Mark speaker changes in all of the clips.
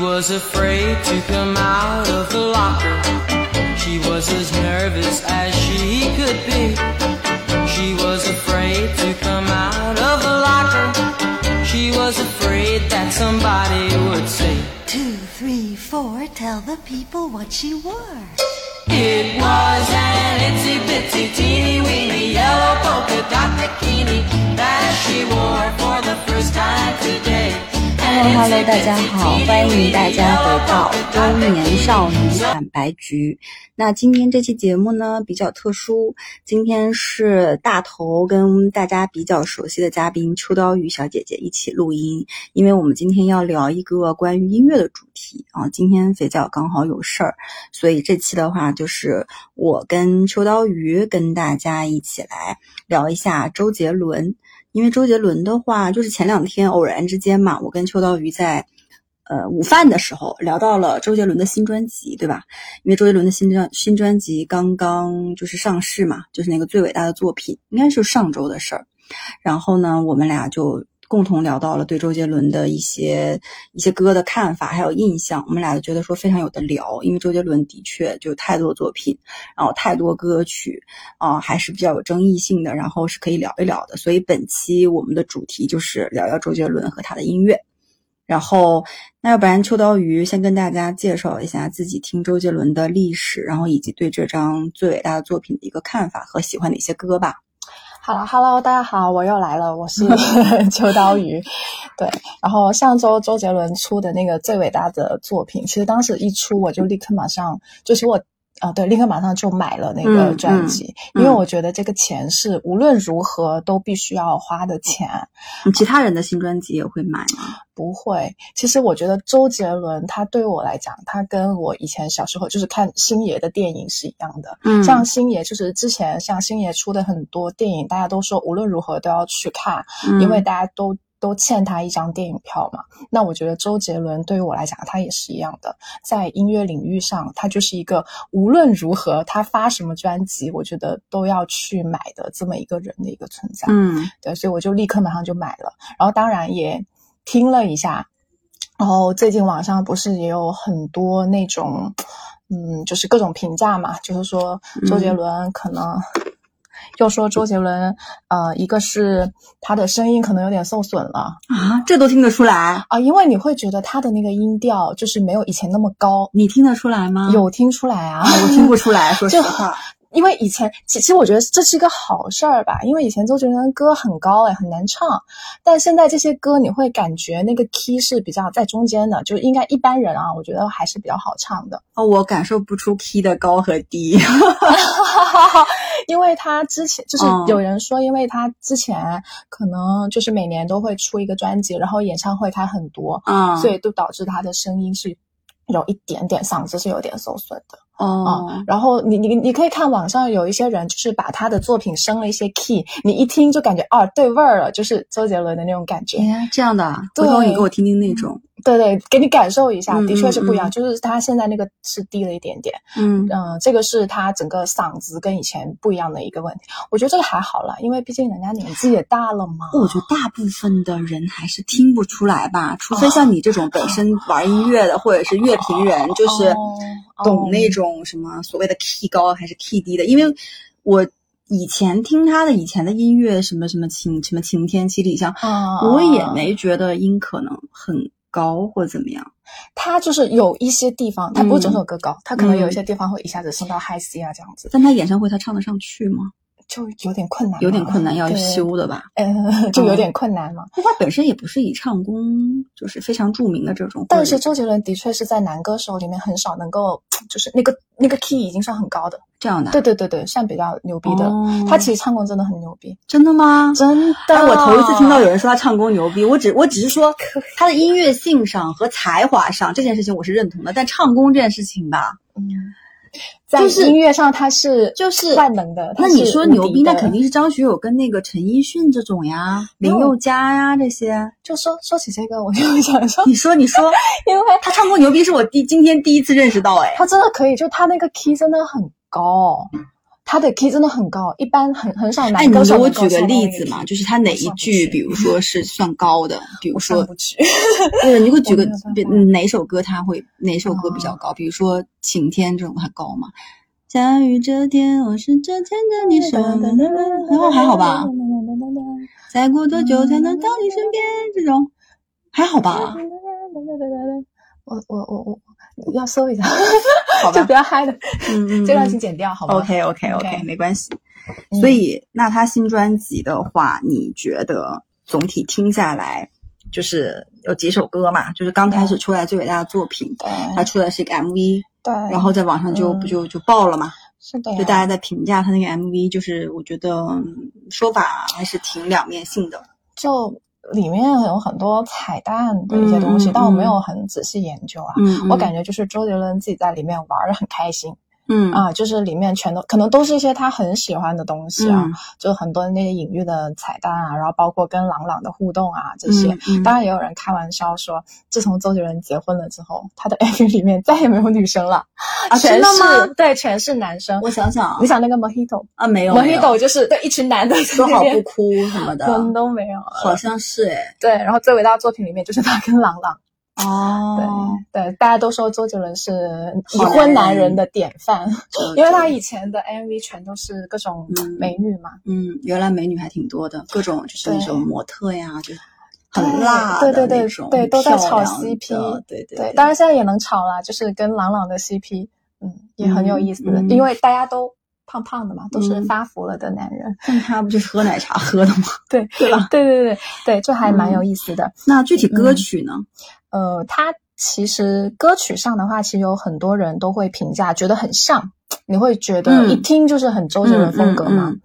Speaker 1: was afraid to come out of the locker. She was as nervous as she could be. She was afraid to come out of the locker. She was afraid that somebody would say,
Speaker 2: Two, three, four, tell the people what she wore.
Speaker 1: It was an itsy bitsy teeny weeny yellow polka dot bikini that she wore for the first time today.
Speaker 3: Hello Hello，大家好，欢迎大家回到中年少女坦白局。那今天这期节目呢比较特殊，今天是大头跟大家比较熟悉的嘉宾秋刀鱼小姐姐一起录音，因为我们今天要聊一个关于音乐的主题啊。今天肥脚刚好有事儿，所以这期的话就是我跟秋刀鱼跟大家一起来聊一下周杰伦。因为周杰伦的话，就是前两天偶然之间嘛，我跟秋刀鱼在呃午饭的时候聊到了周杰伦的新专辑，对吧？因为周杰伦的新专新专辑刚刚就是上市嘛，就是那个最伟大的作品，应该是上周的事儿。然后呢，我们俩就共同聊到了对周杰伦的一些一些歌的看法还有印象，我们俩就觉得说非常有的聊，因为周杰伦的确就太多作品，然后太多歌曲，啊、还是比较有争议性的，然后是可以聊一聊的。所以本期我们的主题就是聊聊周杰伦和他的音乐。然后，那要不然秋刀鱼先跟大家介绍一下自己听周杰伦的历史，然后以及对这张最伟大的作品的一个看法和喜欢哪些歌吧。
Speaker 4: 好了，Hello，大家好，我又来了，我 是秋刀鱼。对，然后上周周杰伦出的那个最伟大的作品，其实当时一出我就立刻马上，就其实我啊、对，立刻马上就买了那个
Speaker 3: 嗯
Speaker 4: 专辑，
Speaker 3: 嗯
Speaker 4: 因为我觉得这个钱是无论如何都必须要花的钱。
Speaker 3: 你嗯其他人的新专辑也会买吗？
Speaker 4: 不会，其实我觉得周杰伦他对我来讲，他跟我以前小时候就是看星爷的电影是一样的。
Speaker 3: 嗯
Speaker 4: 像星爷，就是之前像星爷出的很多电影，大家都说无论如何都要去看，
Speaker 3: 嗯
Speaker 4: 因为大家都都欠他一张电影票嘛。那我觉得周杰伦对于我来讲，他也是一样的，在音乐领域上，他就是一个无论如何他发什么专辑，我觉得都要去买的这么一个人的一个存在。
Speaker 3: 嗯
Speaker 4: 对，所以我就立刻马上就买了，然后当然也听了一下，然后最近网上不是也有很多那种，嗯，就是各种评价嘛，就是说周杰
Speaker 3: 嗯
Speaker 4: 伦可能、又说周杰伦，呃，一个是他的声音可能有点受损了
Speaker 3: 啊，这都听得出来？
Speaker 4: 啊、因为你会觉得他的那个音调就是没有以前那么高，
Speaker 3: 你听得出来吗？
Speaker 4: 有听出来啊
Speaker 3: 啊，？我听不出来，说实
Speaker 4: 就
Speaker 3: 话。
Speaker 4: 因为以前其其实我觉得这是一个好事儿吧，因为以前周杰伦的歌很高哎，很难唱，但现在这些歌你会感觉那个 key 是比较在中间的，就应该一般人啊，我觉得还是比较好唱的，
Speaker 3: 哦，我感受不出 key 的高和低。
Speaker 4: 因为他之前就是
Speaker 3: 嗯
Speaker 4: 有人说，因为他之前可能就是每年都会出一个专辑，然后演唱会开很多，
Speaker 3: 嗯，
Speaker 4: 所以就导致他的声音是有一点点嗓子是有点受损的。
Speaker 3: 哦
Speaker 4: 啊，，然后你你你可以看网上有一些人就是把他的作品升了一些 key，你一听就感觉啊对味儿了，就是周杰伦的那种感觉。
Speaker 3: 哎，这样的啊，回
Speaker 4: 对
Speaker 3: 头你给我听听那种。
Speaker 4: 对对，给你感受一下，
Speaker 3: 嗯
Speaker 4: 的确是不一样。
Speaker 3: 嗯嗯
Speaker 4: 就是他现在那个是低了一点点，
Speaker 3: 嗯
Speaker 4: 嗯，这个是他整个嗓子跟以前不一样的一个问题。我觉得这个还好啦，因为毕竟人家年纪也大了嘛。
Speaker 3: 我觉得大部分的人还是听不出来
Speaker 4: 哦
Speaker 3: 吧，除非像你这种本身玩音乐的，或者是乐评人，就是
Speaker 4: 哦
Speaker 3: 懂那
Speaker 4: 哦
Speaker 3: 种什么所谓的 key 高还是 key 低的。因为我以前听他的以前的音乐，什么什么晴什么晴天霹雳像，
Speaker 4: 啊，
Speaker 3: 嗯我也
Speaker 4: 啊
Speaker 3: 没觉得音可能很高或怎么样。
Speaker 4: 他就是有一些地方，他不是整首歌
Speaker 3: 嗯
Speaker 4: 高，他可能有一些地方会一下子升到 high C 啊这样子，
Speaker 3: 但他演唱会他唱得上去吗？
Speaker 4: 就有点困难嘛，
Speaker 3: 有点困难，要
Speaker 4: 对
Speaker 3: 修嗯的吧。
Speaker 4: 呃，就有点困难嘛。
Speaker 3: 他本身也不是以唱功就是非常著名的这种，
Speaker 4: 但是周杰伦的确是在男歌手里面很少能够，就是那个那个 key 已经算很高的，
Speaker 3: 这样的啊，
Speaker 4: 对对对对，算比较牛逼的。
Speaker 3: 哦
Speaker 4: 他其实唱功真的哦很牛逼，
Speaker 3: 真的吗？
Speaker 4: 真的。
Speaker 3: 哎，我头一次听到有人说他唱功牛逼，我只我只是说他的音乐性上和才华上这件事情我是认同的，但唱功这件事情吧，嗯
Speaker 4: 在
Speaker 3: 就是
Speaker 4: 音乐上他是
Speaker 3: 就是
Speaker 4: 万能的。
Speaker 3: 那
Speaker 4: 他是
Speaker 3: 你说
Speaker 4: 无敌
Speaker 3: 牛逼，那
Speaker 4: 的
Speaker 3: 肯定是张学友跟那个陈奕迅这种呀，
Speaker 4: 没
Speaker 3: 林
Speaker 4: 有
Speaker 3: 宥嘉呀这 些。
Speaker 4: 就说说起这个，我就想说，
Speaker 3: 你说，你说，
Speaker 4: 因为
Speaker 3: 他唱功牛逼是我第今天第一次认识到，哎，
Speaker 4: 他真的可以，就他那个 key 真的很高，他的 key 真的很高，一般很很少
Speaker 3: 哎，
Speaker 4: 男
Speaker 3: 你
Speaker 4: 歌
Speaker 3: 给
Speaker 4: 手
Speaker 3: 我
Speaker 4: 能够
Speaker 3: 举个
Speaker 4: 唱到
Speaker 3: 例
Speaker 4: 那
Speaker 3: 子
Speaker 4: 个
Speaker 3: 嘛，
Speaker 4: key
Speaker 3: 就是他哪一
Speaker 4: 上不
Speaker 3: 句，
Speaker 4: 去
Speaker 3: 比如说是算高的，比如
Speaker 4: 我上
Speaker 3: 说
Speaker 4: 不去。
Speaker 3: 对，呃你给我举
Speaker 4: 我
Speaker 3: 个
Speaker 4: 没有办
Speaker 3: 比嗯
Speaker 4: 法哦
Speaker 3: 哪首歌它会哪首歌比较高？比如说《晴天》这种它高吗？下雨这天，我试着牵着你手， 然后还好吧？？再过多久才能到你身边？这种还好吧？
Speaker 4: 我我我我要搜一下，
Speaker 3: 好吧
Speaker 4: 就不要嗨了，
Speaker 3: 嗯嗯
Speaker 4: 这段请剪掉好吗
Speaker 3: OK OK OK，
Speaker 4: OK
Speaker 3: 没关系。
Speaker 4: 嗯
Speaker 3: 所以，那他新专辑的话，你觉得总体听下来，就是有几首歌嘛？就是刚开始出来最伟大的作品，
Speaker 4: 对
Speaker 3: 他出的是一个 MV，
Speaker 4: 对，
Speaker 3: 然后在网上就
Speaker 4: 嗯
Speaker 3: 不就就爆了嘛？
Speaker 4: 是的呀，
Speaker 3: 就大家在评价他那个 MV，就是我觉得嗯说法还是挺两面性的。
Speaker 4: 就里面有很多彩蛋的一些东西，
Speaker 3: 嗯嗯
Speaker 4: 但我没
Speaker 3: 嗯
Speaker 4: 有很仔细研究啊。
Speaker 3: 嗯
Speaker 4: 我感觉就是周杰伦自己在里面玩的很开心、
Speaker 3: 嗯
Speaker 4: 啊，就是里面全都可能都是一些他很喜欢的东西啊，
Speaker 3: 嗯
Speaker 4: 就很多那些隐喻的彩蛋啊，然后包括跟朗朗的互动啊这些。
Speaker 3: 嗯
Speaker 4: 当然也有人开玩笑说，自从周杰伦结婚了之后，他的 MV 里面再也没有女生了，
Speaker 3: 啊
Speaker 4: 全
Speaker 3: 真的
Speaker 4: 是
Speaker 3: 吗
Speaker 4: 对，全是男生。
Speaker 3: 我想想啊
Speaker 4: 你想那个 Mojito，Mojito、
Speaker 3: 啊，没有没有
Speaker 4: Mojito 就是对一群男的
Speaker 3: 说好
Speaker 4: 在那边
Speaker 3: 不哭什么的，
Speaker 4: 人 都没有了。
Speaker 3: 好像是哎
Speaker 4: 对，然后最伟大的作品里面就是他跟郎朗，对、
Speaker 3: 哦，
Speaker 4: 对，大家都说周杰伦是已
Speaker 3: 好
Speaker 4: 婚
Speaker 3: 男
Speaker 4: 男人
Speaker 3: 人
Speaker 4: 的典范，
Speaker 3: 就
Speaker 4: 因为他以前的 MV 全都是各种
Speaker 3: 嗯
Speaker 4: 美女嘛，
Speaker 3: 嗯，原来美女还挺多的，各种就是那
Speaker 4: 对
Speaker 3: 种模特呀，就是
Speaker 4: 对
Speaker 3: 很辣
Speaker 4: 对
Speaker 3: 的
Speaker 4: 对
Speaker 3: 那
Speaker 4: 对
Speaker 3: 种，
Speaker 4: 对，都在
Speaker 3: 漂
Speaker 4: 炒
Speaker 3: 亮的
Speaker 4: CP，
Speaker 3: 对
Speaker 4: 对，当然现在也能炒啦，就是跟郎朗的 CP，嗯，也很有意思的，
Speaker 3: 嗯嗯
Speaker 4: 因为大家都胖胖的嘛，都是
Speaker 3: 嗯
Speaker 4: 发福了的男人，
Speaker 3: 但他不就是喝奶茶喝的吗？
Speaker 4: 对
Speaker 3: 对吧？嗯
Speaker 4: 对对对对，这还蛮有意思的。
Speaker 3: 那具体歌
Speaker 4: 嗯
Speaker 3: 曲呢？
Speaker 4: 呃，它其实歌曲上的话，其实有很多人都会评价，觉得很像，你会觉得
Speaker 3: 嗯
Speaker 4: 一听就是很周杰伦风格嘛。
Speaker 3: 嗯嗯嗯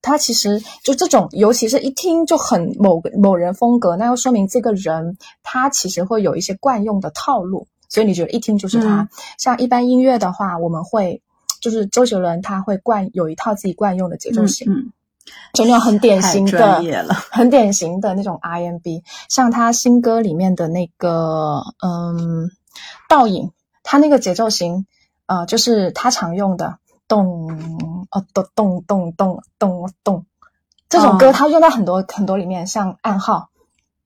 Speaker 4: 他其实就这种，尤其是一听就很某个某人风格，那又说明这个人他其实会有一些惯用的套路，所以你觉得一听就是他。
Speaker 3: 嗯
Speaker 4: 像一般音乐的话，我们会就是周杰伦他会惯有一套自己惯用的节奏
Speaker 3: 嗯
Speaker 4: 型，
Speaker 3: 嗯，
Speaker 4: 就那种很典
Speaker 3: 太
Speaker 4: 型的
Speaker 3: 专业 了，
Speaker 4: 很典型的那种 RMB，像他新歌里面的那个嗯倒影，他那个节奏型呃就是他常用的咚哦咚咚咚咚咚咚这种
Speaker 3: 哦
Speaker 4: 歌，他用在很多、很多里面，像暗号。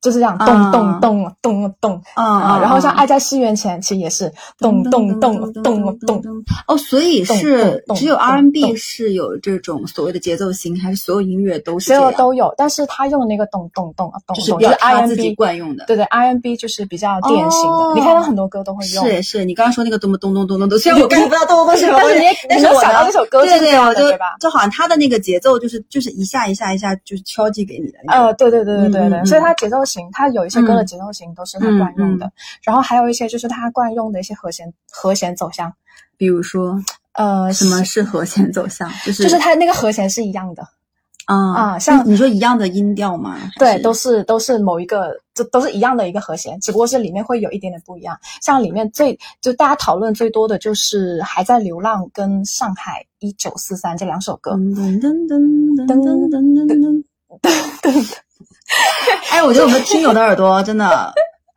Speaker 4: 就是这样，
Speaker 3: 啊
Speaker 4: 咚咚咚咚咚
Speaker 3: 啊
Speaker 4: 啊！然后像《
Speaker 3: 啊
Speaker 4: 爱在西元前》，其实也是咚咚咚咚咚，
Speaker 3: 哦，所以
Speaker 4: 动
Speaker 3: 是
Speaker 4: 动
Speaker 3: 只有
Speaker 4: 动
Speaker 3: R&B
Speaker 4: 动
Speaker 3: 是有这种所谓的节奏型，还是所有音乐都是
Speaker 4: 所
Speaker 3: 这
Speaker 4: 有
Speaker 3: 样？
Speaker 4: 都有。但是他用的那个咚咚咚啊咚
Speaker 3: 就是
Speaker 4: 咚，
Speaker 3: 比
Speaker 4: 就是
Speaker 3: 较他自
Speaker 4: RMB
Speaker 3: 己惯用的。
Speaker 4: 对对，RMB 就是比较典型的，
Speaker 3: 哦
Speaker 4: 你看他很多歌都会用。
Speaker 3: 是是，你刚刚说那个咚咚咚咚咚咚，虽然我感觉不到咚咚是什么
Speaker 4: 但
Speaker 3: 东
Speaker 4: 是
Speaker 3: 西
Speaker 4: 你也，
Speaker 3: 但是
Speaker 4: 你能
Speaker 3: 我
Speaker 4: 想到
Speaker 3: 能
Speaker 4: 这首歌
Speaker 3: 对
Speaker 4: 是
Speaker 3: 对
Speaker 4: 这样
Speaker 3: 我
Speaker 4: 的
Speaker 3: 就
Speaker 4: 对吧
Speaker 3: 就好像他的那个节奏就是就是一下一下一下就是敲击给你的那种。
Speaker 4: 呃，对对对对对对，
Speaker 3: 嗯嗯嗯
Speaker 4: 所以它节奏型，它有一些歌的节奏型都是它惯用的，
Speaker 3: 嗯
Speaker 4: 然后还有一些就是它惯用的一些和弦和弦走向，
Speaker 3: 比如说
Speaker 4: 呃，
Speaker 3: 什么是和弦走向，就是
Speaker 4: 就是它那个和弦是一样的，
Speaker 3: 啊
Speaker 4: 啊像
Speaker 3: 你你说一样的音调吗？还
Speaker 4: 对，都是都是某一个，这都是一样的一个和弦，只不过是里面会有一点点不一样。像里面最就大家讨论最多的就是《还在流浪》跟《上海一九四三》这两首歌，
Speaker 3: 噔噔噔噔噔噔噔噔噔。 哎，我觉得我们听友的耳朵真的，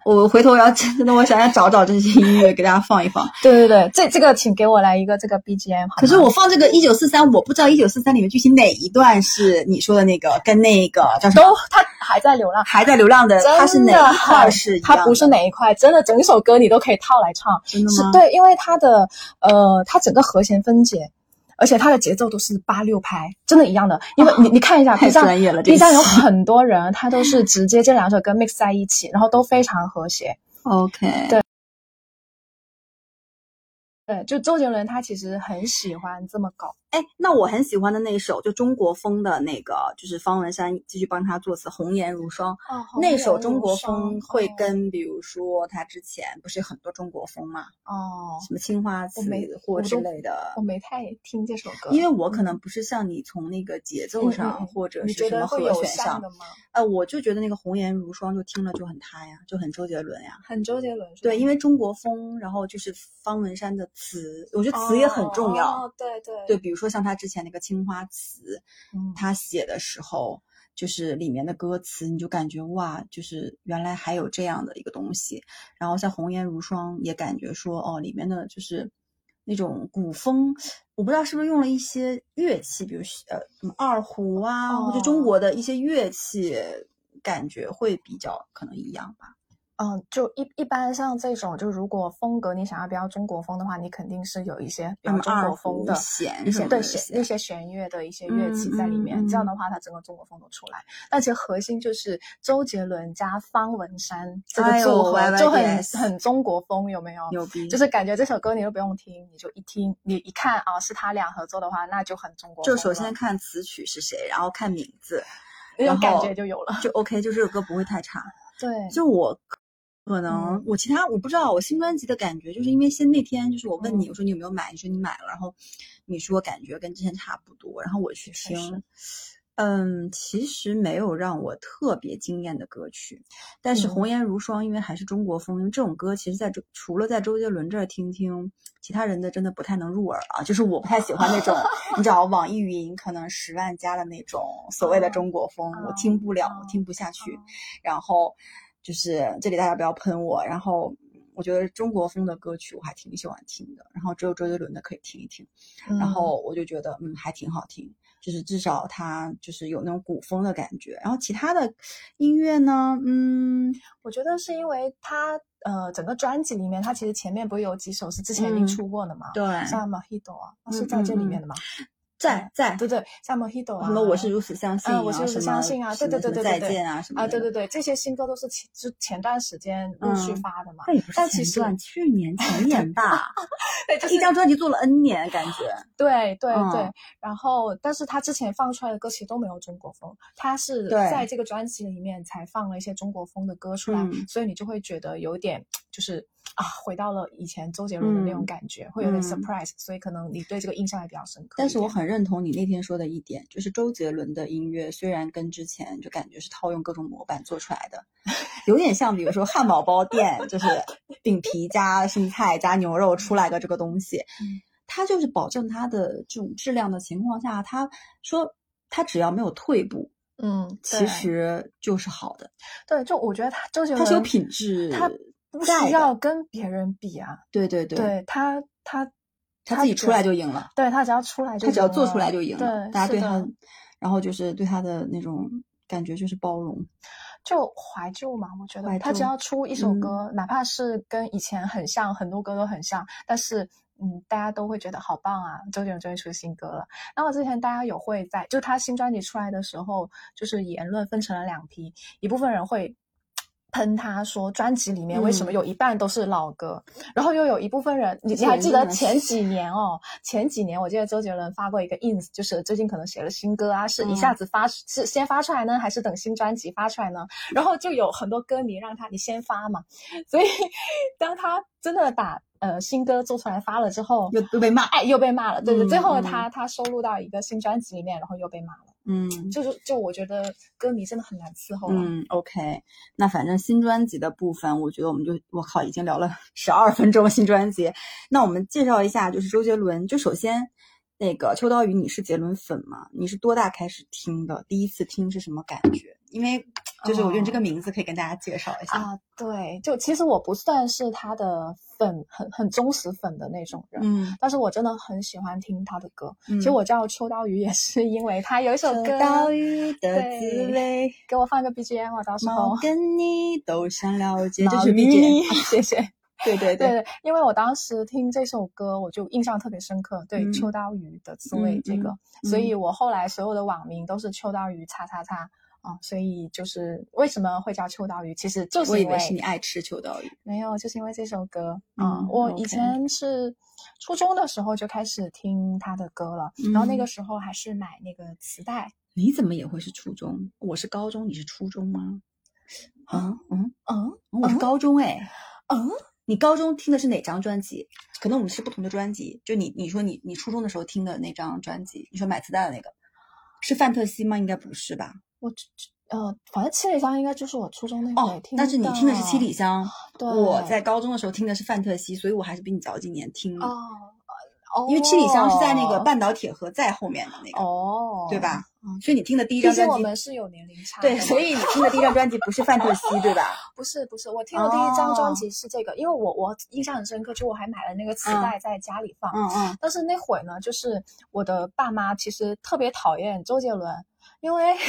Speaker 3: 我回头我要真的我想要找找这些音乐给大家放一放。
Speaker 4: 对对对，这这个请给我来一个这个 BGM 好吗。
Speaker 3: 可是我放这个一九四三，我不知道一九四三里面具体哪一段是你说的那个跟那个叫什么
Speaker 4: 都他还在流浪，
Speaker 3: 还在流浪的，它是哪一块是一样的？
Speaker 4: 他不是哪一块，真的整首歌你都可以套来唱，
Speaker 3: 真的
Speaker 4: 是
Speaker 3: 吗？
Speaker 4: 对，因为它的呃，它整个和弦分解。而且它的节奏都是八六拍，真的一样的。因为你、你看一下
Speaker 3: 哦太
Speaker 4: B 站
Speaker 3: 专业了这
Speaker 4: ，B 站有
Speaker 3: 期
Speaker 4: 很多人他都是直接这两首歌 mix 在一起，然后都非常和谐。
Speaker 3: ，OK，
Speaker 4: 对对，就周杰伦他其实很喜欢这么搞。
Speaker 3: 哎，那我很喜欢的那首就中国风的那个，就是方文山继续帮他作词，《红颜如霜》。
Speaker 4: 哦
Speaker 3: 那首中国风会跟，比如说他之前不是有很多中国风嘛，
Speaker 4: 哦，
Speaker 3: 什么青花瓷
Speaker 4: 我没
Speaker 3: 或
Speaker 4: 我
Speaker 3: 之
Speaker 4: 都
Speaker 3: 类的
Speaker 4: 我。没太听这首歌，
Speaker 3: 因为我可能不是像你从那个节奏
Speaker 4: 嗯嗯
Speaker 3: 上，
Speaker 4: 嗯
Speaker 3: 或者
Speaker 4: 你
Speaker 3: 是
Speaker 4: 觉
Speaker 3: 什么
Speaker 4: 得会
Speaker 3: 和
Speaker 4: 有
Speaker 3: 弦
Speaker 4: 像
Speaker 3: 上
Speaker 4: 的，吗？
Speaker 3: 呃，我就觉得那个红颜如霜就听了就很他呀，就很周杰伦呀。
Speaker 4: 很周杰伦是吧
Speaker 3: 对，因为中国风，然后就是方文山的词，我觉得词也很重要。
Speaker 4: 哦哦、对对
Speaker 3: 对，，比如说像他之前那个《青花瓷》，
Speaker 4: 嗯
Speaker 3: 他写的时候，就是里面的歌词，你就感觉哇，就是原来还有这样的一个东西。然后像《红颜如霜》也感觉说，哦，里面的就是。那种古风，我不知道是不是用了一些乐器，比如呃什么二胡啊，
Speaker 4: 哦
Speaker 3: 或者中国的一些乐器，感觉会比较可能一样吧。
Speaker 4: 嗯，就一一般像这种，就如果风格你想要比较中国风的话，你肯定是有一些比较
Speaker 3: 什
Speaker 4: 中
Speaker 3: 么二
Speaker 4: 国风
Speaker 3: 胡
Speaker 4: 的
Speaker 3: 弦
Speaker 4: 一
Speaker 3: 什
Speaker 4: 些
Speaker 3: 么
Speaker 4: 对
Speaker 3: 的
Speaker 4: 弦
Speaker 3: 弦
Speaker 4: 那些弦乐的一些乐器在里面，
Speaker 3: 嗯嗯嗯
Speaker 4: 这样的话，它整个中国风都出来。但其实核心就是周杰伦加方文山这
Speaker 3: 哎
Speaker 4: 个
Speaker 3: 呦
Speaker 4: 组合、
Speaker 3: YYDS
Speaker 4: 就很很中国风，有没有？
Speaker 3: 牛逼，
Speaker 4: 就是感觉这首歌你都不用听，你就一听，你一看啊，是他俩合作的话，那就很中国风
Speaker 3: 就
Speaker 4: 了。
Speaker 3: 首先看词曲是谁，然后看名 字，
Speaker 4: 那
Speaker 3: 然
Speaker 4: 种感
Speaker 3: 后
Speaker 4: 觉就有了。
Speaker 3: 就 OK，就这首歌不会太差。
Speaker 4: 对，
Speaker 3: 就我可能、
Speaker 4: 嗯
Speaker 3: 我其他我不知道，我新专辑的感觉，就是因为先那天就是我问你，
Speaker 4: 嗯
Speaker 3: 我说你有没有买，你说你买了，然后你说感觉跟之前差不多，然后我去
Speaker 4: 确实
Speaker 3: 听。嗯，其实没有让我特别惊艳的歌曲，但是《
Speaker 4: 嗯
Speaker 3: 红颜如霜》因为还是中国风，因为这种歌其实在周除了在周杰伦这儿听听，其他人的真的不太能入耳啊。就是我不太喜欢那种，你知道网易云可能十万加的那种所谓的
Speaker 4: 嗯
Speaker 3: 中国风，我听不了，我听不下去。然后就是这里大家不要喷我，然后我觉得中国风的歌曲我还挺喜欢听的，然后只有周杰伦的可以听一听，
Speaker 4: 嗯
Speaker 3: 然后我就觉得嗯还挺好听，就是至少它就是有那种古风的感觉，然后其他的音乐呢，嗯，
Speaker 4: 我觉得是因为他呃，整个专辑里面，他其实前面不是有几首是之前已经
Speaker 3: 嗯
Speaker 4: 出过的嘛？
Speaker 3: 对，
Speaker 4: 像 Mojito 啊，那是
Speaker 3: 嗯
Speaker 4: 在这里
Speaker 3: 嗯嗯
Speaker 4: 面的嘛？
Speaker 3: 在在
Speaker 4: 对对，像 Mojito 啊，
Speaker 3: 什么我是如此相信
Speaker 4: 嗯我是如此
Speaker 3: 什么
Speaker 4: 相信啊
Speaker 3: 什么
Speaker 4: 对对
Speaker 3: 什么
Speaker 4: 对对
Speaker 3: 再
Speaker 4: 对
Speaker 3: 见啊什么
Speaker 4: 啊，对
Speaker 3: 的
Speaker 4: 对对，这些新歌都是前就前段时间陆续
Speaker 3: 嗯
Speaker 4: 发的 嘛。
Speaker 3: 那也不
Speaker 4: 但
Speaker 3: 是
Speaker 4: 其
Speaker 3: 前
Speaker 4: 实
Speaker 3: 段，去年前年 吧，
Speaker 4: 对，就是
Speaker 3: 一张专辑做了 N 年，感觉
Speaker 4: 对对
Speaker 3: 嗯
Speaker 4: 对，然后但是他之前放出来的歌其实都没有中国风，他是
Speaker 3: 对
Speaker 4: 在这个专辑里面才放了一些中国风的歌出来，
Speaker 3: 嗯
Speaker 4: 所以你就会觉得有点就是啊，回到了以前周杰伦的那种
Speaker 3: 嗯
Speaker 4: 感觉，会有点
Speaker 3: 嗯
Speaker 4: surprise，、所以可能你对这个印象也比较深刻一点。
Speaker 3: 但是我很认同你那天说的一点，就是周杰伦的音乐虽然跟之前就感觉是套用各种模板做出来的，有点像比如说汉堡包店， 就是饼皮加生菜加牛肉出来的这个东西
Speaker 4: 嗯，
Speaker 3: 它就是保证它的这种质量的情况下，他说他只要没有退步，
Speaker 4: 嗯，
Speaker 3: 其
Speaker 4: 对
Speaker 3: 实就是好的，
Speaker 4: 对，就我觉得他周杰
Speaker 3: 它是有
Speaker 4: 伦
Speaker 3: 品质在
Speaker 4: 他
Speaker 3: 的，
Speaker 4: 不需要跟别人比啊，
Speaker 3: 对对对，
Speaker 4: 对他他
Speaker 3: 他自己
Speaker 4: 只
Speaker 3: 出来
Speaker 4: 要
Speaker 3: 就赢了。
Speaker 4: 对他只要出来就
Speaker 3: 他只要
Speaker 4: 行
Speaker 3: 做出
Speaker 4: 了
Speaker 3: 来就赢了，
Speaker 4: 对，
Speaker 3: 大家
Speaker 4: 是
Speaker 3: 对
Speaker 4: 的
Speaker 3: 他，然后就是对他的那种感觉就是包容，
Speaker 4: 就怀旧嘛，我觉得
Speaker 3: 怀
Speaker 4: 他只
Speaker 3: 旧嗯
Speaker 4: 要出一首歌，哪怕是跟以前很像，很多歌都很像，但是嗯，大家都会觉得好棒啊，周杰伦终于出新歌了。然后之前大家有会在，就他新专辑出来的时候，就是言论分成了两批，一部分人会。喷他说专辑里面为什么
Speaker 3: 嗯
Speaker 4: 有一半都是老歌，然后又有一部分人，你你
Speaker 3: 这
Speaker 4: 还
Speaker 3: 种
Speaker 4: 记
Speaker 3: 真
Speaker 4: 得
Speaker 3: 的
Speaker 4: 前
Speaker 3: 是
Speaker 4: 几年哦？前几年我记得周杰伦发过一个 ins，就是最近可能写了新歌啊，是一下
Speaker 3: 嗯
Speaker 4: 子发、是先发出来呢，还是等新专辑发出来呢？然后就有很多歌迷让他你先发嘛，所以当他真的把呃新歌做出来发了之后，
Speaker 3: 又又被骂。
Speaker 4: 哎又被骂了，对对，
Speaker 3: 嗯
Speaker 4: 最后他他收录到一个新专辑里面，然后又被骂了，
Speaker 3: 嗯
Speaker 4: 就是就我觉得歌迷真的很难伺候啊，
Speaker 3: 嗯，OK，那反正新专辑的部分，我觉得我们就我靠，已经聊了 十二分钟新专辑。那我们介绍一下，就是周杰伦。就首先，那个秋刀鱼，你是杰伦粉吗？你是多大开始听的？第一次听是什么感觉？因为
Speaker 4: 哦
Speaker 3: 就是我觉得你这个名字可以跟大家介绍一下。
Speaker 4: 啊，对，就其实我不算是他的粉，很很忠实粉的那种人。
Speaker 3: 嗯，
Speaker 4: 但是我真的很喜欢听他的歌，
Speaker 3: 嗯
Speaker 4: 其实我叫秋刀鱼也是因为他有一首歌，
Speaker 3: 秋刀鱼的滋味。
Speaker 4: 给我放个 BGM，我到时候
Speaker 3: 猫跟你都想了解，这
Speaker 4: 猫
Speaker 3: 是
Speaker 4: 咪
Speaker 3: BGM，
Speaker 4: 谢谢。
Speaker 3: 对对
Speaker 4: 对
Speaker 3: 对，
Speaker 4: 对，因为我当时听这首歌，我就印象特别深刻，对
Speaker 3: 嗯
Speaker 4: 秋刀鱼的滋味
Speaker 3: 嗯
Speaker 4: 这个，
Speaker 3: 嗯
Speaker 4: 所以我后来所有的网名都是秋刀鱼叉叉叉啊，所以就是为什么会叫秋刀鱼，其实就是
Speaker 3: 我以
Speaker 4: 因
Speaker 3: 为是你
Speaker 4: 为
Speaker 3: 爱吃秋刀鱼。
Speaker 4: 没有，就是因为这首歌
Speaker 3: 嗯
Speaker 4: 啊，我以
Speaker 3: OK
Speaker 4: 前是初中的时候就开始听他的歌了，然后那
Speaker 3: 嗯
Speaker 4: 个时候还是买那个磁带，
Speaker 3: 你怎么也会是初中？我是高中，你是初中吗？啊，嗯，
Speaker 4: 嗯
Speaker 3: 我是
Speaker 4: 嗯
Speaker 3: 高中哎、
Speaker 4: 嗯，
Speaker 3: 你高中听的是哪张专辑？可能我们是不同的专辑。就你，你说你你初中的时候听的那张专辑，你说买磁带的那个，是范特西吗？应该不是吧？
Speaker 4: 我这这呃，反正七里香应该就是我初中那会
Speaker 3: 哦
Speaker 4: 听，
Speaker 3: 但是你听的是七里
Speaker 4: 香，
Speaker 3: 香，
Speaker 4: 对，
Speaker 3: 我在高中的时候听的是范特西，所以我还是比你早几年听。
Speaker 4: 哦。哦
Speaker 3: 因为七里香是在那个半岛铁盒在后面的那个，
Speaker 4: 哦，
Speaker 3: 对？吧？所以你听的第一
Speaker 4: 毕
Speaker 3: 张
Speaker 4: 竟
Speaker 3: 专
Speaker 4: 我
Speaker 3: 辑，
Speaker 4: 们是有年龄差的嘛，
Speaker 3: 对，所以你听的第一张专辑不是范特 西，对吧？
Speaker 4: 不是不是，我听的第一张
Speaker 3: 哦
Speaker 4: 专辑是这个，因为我我印象很深刻，就我还买了那个磁带在家里放，
Speaker 3: 嗯嗯，
Speaker 4: 但是那会呢，就是我的爸妈其实特别讨厌周杰伦，因为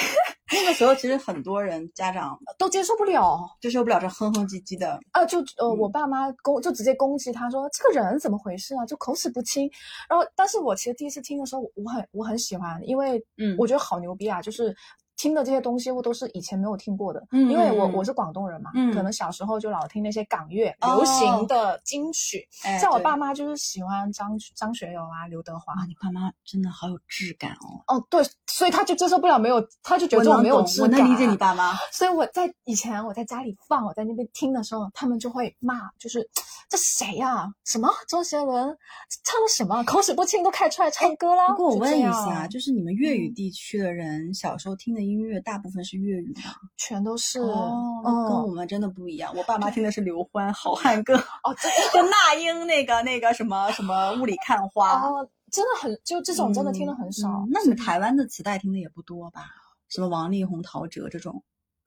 Speaker 3: 那个时候其实很多人家长
Speaker 4: 都接受不了。
Speaker 3: 就受不了这哼哼唧唧的，
Speaker 4: 啊，就呃，
Speaker 3: 嗯
Speaker 4: 我爸妈攻就直接攻击他说这个人怎么回事啊，就口齿不清。然后，但是我其实第一次听的时候，我很我很喜欢，因为
Speaker 3: 嗯
Speaker 4: 我觉得好牛逼啊，就是听的这些东西我都是以前没有听过的，
Speaker 3: 嗯
Speaker 4: 因为我
Speaker 3: 嗯嗯
Speaker 4: 我是广东人嘛，
Speaker 3: 嗯
Speaker 4: 可能小时候就老听那些港乐、
Speaker 3: 哦
Speaker 4: 流行的金曲，
Speaker 3: 哎
Speaker 4: 像我
Speaker 3: 对
Speaker 4: 爸妈就是喜欢张张学友啊、刘德华。
Speaker 5: 哇，你爸妈真的好有质感哦！
Speaker 4: 哦，对，所以他就接受不了没有，他就觉
Speaker 3: 我
Speaker 4: 得我
Speaker 3: 能
Speaker 4: 没有
Speaker 3: 懂
Speaker 4: 质
Speaker 3: 我
Speaker 4: 感。啊
Speaker 3: 能理解你爸妈，
Speaker 4: 所以我在以前我在家里放，我在那边听的时候，他们就会骂，就是这谁呀、什么周杰伦唱的什么，口齿不清都开始出来唱歌
Speaker 3: 哎
Speaker 4: 啦。
Speaker 5: 不过我
Speaker 4: 就
Speaker 5: 问
Speaker 4: 这
Speaker 5: 一
Speaker 4: 样嗯
Speaker 5: 下，就是你们粤语地区的人小时候听的音乐大部分是粤语吗？
Speaker 4: 全都是
Speaker 3: 哦，
Speaker 4: 嗯
Speaker 3: 跟我们真的不一样。我爸妈听的是刘欢《好汉 歌》，
Speaker 4: 哦，真
Speaker 3: 跟那 英那个那个什么什么雾里看花。
Speaker 4: 哦，真的很就这种真的听的很少。
Speaker 3: 啊嗯那你们台湾的磁带听的也不多吧？什么王力宏、陶喆这种，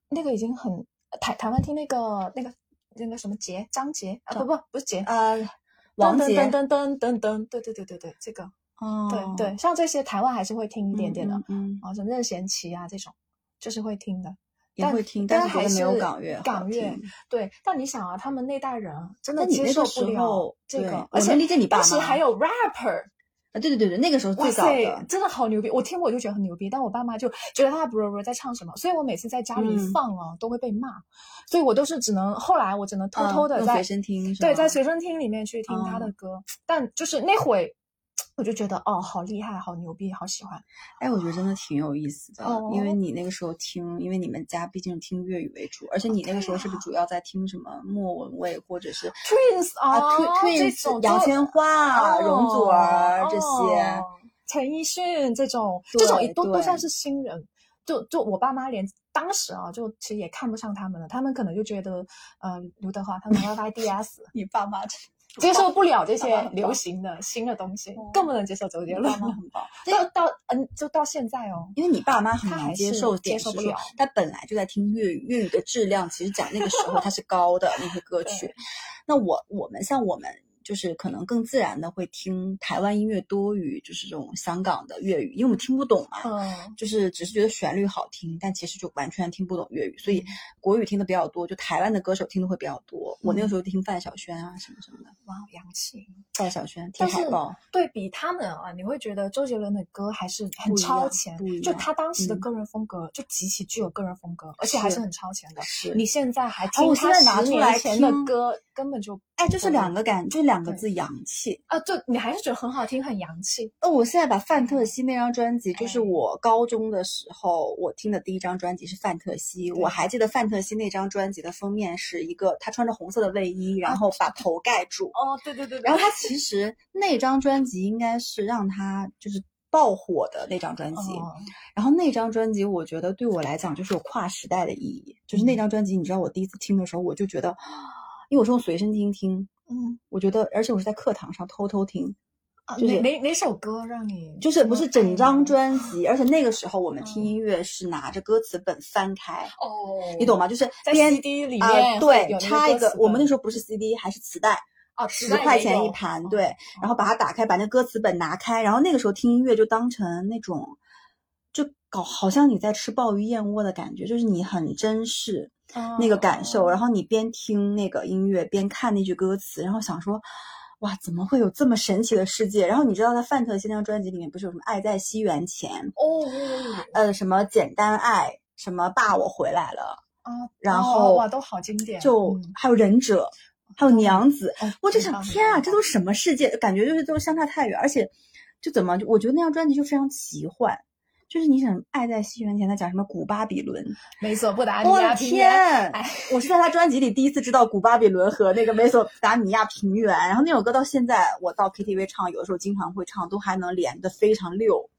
Speaker 4: 那个已经很台台湾听那个那个那个什么杰张杰啊，
Speaker 3: 张
Speaker 4: 不不不是杰。
Speaker 3: 呃，王杰，
Speaker 4: 噔噔噔噔噔噔，对对对对对，这个
Speaker 3: 哦
Speaker 4: 对对，像这些台湾还是会听一点点的，
Speaker 3: 嗯，嗯嗯
Speaker 4: 啊，什么任贤齐啊这种，就是会听的。
Speaker 3: 也
Speaker 4: 但
Speaker 3: 会听，
Speaker 4: 但
Speaker 3: 但觉
Speaker 4: 还
Speaker 3: 得没有
Speaker 4: 是
Speaker 3: 港乐好
Speaker 4: 港乐
Speaker 3: 听
Speaker 4: 对，但你想啊，他们那代人真的
Speaker 3: 那你
Speaker 4: 接
Speaker 3: 那
Speaker 4: 受
Speaker 3: 个
Speaker 4: 不
Speaker 3: 时
Speaker 4: 了
Speaker 3: 候
Speaker 4: 这
Speaker 3: 对
Speaker 4: 个，
Speaker 3: 我
Speaker 4: 而且
Speaker 3: 能理解你爸
Speaker 4: 当时
Speaker 3: 妈
Speaker 4: 还有 rapper，
Speaker 3: 啊，对对对对，那个时候
Speaker 4: 哇
Speaker 3: 最早
Speaker 4: 塞
Speaker 3: 的，，
Speaker 4: 真的好牛逼！我听我就觉得很牛逼，但我爸妈就觉得他不不不在唱什么，所以我每次在家里
Speaker 3: 嗯
Speaker 4: 放啊、都会被骂，所以我都是只能后来我只能偷偷
Speaker 3: 嗯
Speaker 4: 的
Speaker 3: 用
Speaker 4: 在、
Speaker 3: 随身听是
Speaker 4: 对，
Speaker 3: 吗
Speaker 4: 在随身听里面去听他的
Speaker 3: 嗯
Speaker 4: 歌，但就是那会我就觉得哦，好厉害，好牛逼，好喜欢。
Speaker 3: 哎，我觉得真的挺有意思的，
Speaker 4: 哦
Speaker 3: 因为你那个时候听，因为你们家毕竟听粤语为主，而且你那个时候是不是主要在听什么莫文蔚或者是
Speaker 4: Twins
Speaker 3: 啊
Speaker 4: 啊这种
Speaker 3: Twins、杨
Speaker 4: 就
Speaker 3: 千嬅啊、容祖儿
Speaker 4: 哦
Speaker 3: 这些
Speaker 4: 哦？陈奕迅这种，
Speaker 3: 对
Speaker 4: 这种也都都
Speaker 3: 对
Speaker 4: 算是新人。就就我爸妈连当时啊，就其实也看不上他们了，他们可能就觉得，呃，刘德华他们 YYDS
Speaker 3: 你爸妈真
Speaker 4: 接受 不了这
Speaker 3: 爸
Speaker 4: 些
Speaker 3: 妈很
Speaker 4: 流
Speaker 3: 棒
Speaker 4: 行的新的东西
Speaker 3: 哦，
Speaker 4: 更不能接受周杰
Speaker 3: 你
Speaker 4: 伦
Speaker 3: 爸。妈 很棒，
Speaker 4: 到到嗯，就到现在 哦，
Speaker 3: 因为你爸妈很
Speaker 4: 他
Speaker 3: 难
Speaker 4: 还
Speaker 3: 接
Speaker 4: 是
Speaker 3: 受，
Speaker 4: 接受不了。
Speaker 3: 他本来就在听粤语，粤语的质量其实讲那个时候它是高的那些歌曲。 那我我们像我们就是可能更自然的会听台湾音乐多于就是这种香港的粤语，因为我们听不懂嘛。
Speaker 4: 嗯，
Speaker 3: 就是只是觉得旋律好听，但其实就完全听不懂粤语，所以国语听的比较多，就台湾的歌手听的会比较多。我那个时候听范晓萱啊什么什么的，
Speaker 4: 哇，洋气。
Speaker 3: 范晓萱听
Speaker 4: 但是
Speaker 3: 海报，
Speaker 4: 对比他们啊，你会觉得周杰伦的歌还是很
Speaker 3: 不一样
Speaker 4: 超前
Speaker 3: 不一，样
Speaker 4: 就他当时的
Speaker 3: 嗯
Speaker 4: 个人风格就极其具有个人风格，而且还
Speaker 3: 是
Speaker 4: 是很超前的。
Speaker 3: 是
Speaker 4: 你现在还
Speaker 3: 啊
Speaker 4: 听
Speaker 3: 我现
Speaker 4: 他
Speaker 3: 在拿
Speaker 4: 十
Speaker 3: 出来
Speaker 4: 年前的
Speaker 3: 听
Speaker 4: 歌，根本就
Speaker 3: 哎，就是两个感，就是两个
Speaker 4: 对
Speaker 3: 字洋气。
Speaker 4: 啊，就你还是觉得很好听，很洋气。
Speaker 3: 哦，我现在把范特西那张专辑，就是
Speaker 4: 哎
Speaker 3: 我高中的时候我听的第一张专辑是范特西。我还记得范特西那张专辑的封面是一个他穿着红色的卫衣，然后把头盖住。
Speaker 4: 哦，对对对
Speaker 3: 然后他其实那张专辑应该是让他就是爆火的那张专辑。
Speaker 4: 哦
Speaker 3: 然后那张专辑，我觉得对我来讲就是有跨时代的意义。就是那
Speaker 4: 嗯
Speaker 3: 张专辑，你知道我第一次听的时候，我就觉得，因为我是用随身听听，
Speaker 4: 嗯，
Speaker 3: 我觉得，而且我是在课堂上偷偷听。
Speaker 4: 啊，
Speaker 3: 就是
Speaker 4: 哪哪哪首歌让你
Speaker 3: 就是不是整张
Speaker 4: 专
Speaker 3: 专辑，而且那个时候我们听音乐是拿着歌词本翻开，
Speaker 4: 嗯哦，
Speaker 3: 你懂吗？就是
Speaker 4: 在
Speaker 3: 边
Speaker 4: CD 里
Speaker 3: 啊、
Speaker 4: 面有那
Speaker 3: 对
Speaker 4: 个
Speaker 3: 插
Speaker 4: 歌
Speaker 3: 一个
Speaker 4: 词，
Speaker 3: 我们那
Speaker 4: 本
Speaker 3: 时候不是 CD 还是磁带，
Speaker 4: 哦，磁
Speaker 3: 十
Speaker 4: 带
Speaker 3: 块
Speaker 4: 也
Speaker 3: 钱一
Speaker 4: 有
Speaker 3: 盘，
Speaker 4: 哦
Speaker 3: 对，然后把它打开，把那歌词本拿开，然后那个时候听音乐就当成那种，就搞好像你在吃鲍鱼燕窝的感觉，就是你很珍视
Speaker 4: 哦
Speaker 3: 那个感受，然后你边听那个音乐边看那句歌词，然后想说。哇，怎么会有这么神奇的世界？然后你知道，在范特西那张专辑里面，不是有什么《爱在西元前》，
Speaker 4: 哦哦
Speaker 3: 呃，什么《简单爱》，什么《爸，我回来了
Speaker 4: 啊，
Speaker 3: 然
Speaker 4: 哦
Speaker 3: 后
Speaker 4: 哇，都好经》，典，
Speaker 3: 就
Speaker 4: 嗯
Speaker 3: 还有《忍者》，还有《娘子》，
Speaker 4: 哦
Speaker 3: 我就
Speaker 4: 很
Speaker 3: 想，
Speaker 4: 棒很
Speaker 3: 天啊，
Speaker 4: 棒
Speaker 3: 这都什么世界？感觉就是都相差太远，而且就怎么，我觉得那张专辑就非常奇幻，就是你想《爱在西元前》，他讲什么古巴比伦，
Speaker 4: 美索不达米
Speaker 3: 我
Speaker 4: 亚
Speaker 3: 的
Speaker 4: 平原，
Speaker 3: 天啊
Speaker 4: 哎！
Speaker 3: 我是在他专辑里第一次知道古巴比伦和那个美索达米亚平原，然后那首歌到现在我到 KTV 唱，有的时候经常会唱，都还能连的非常溜。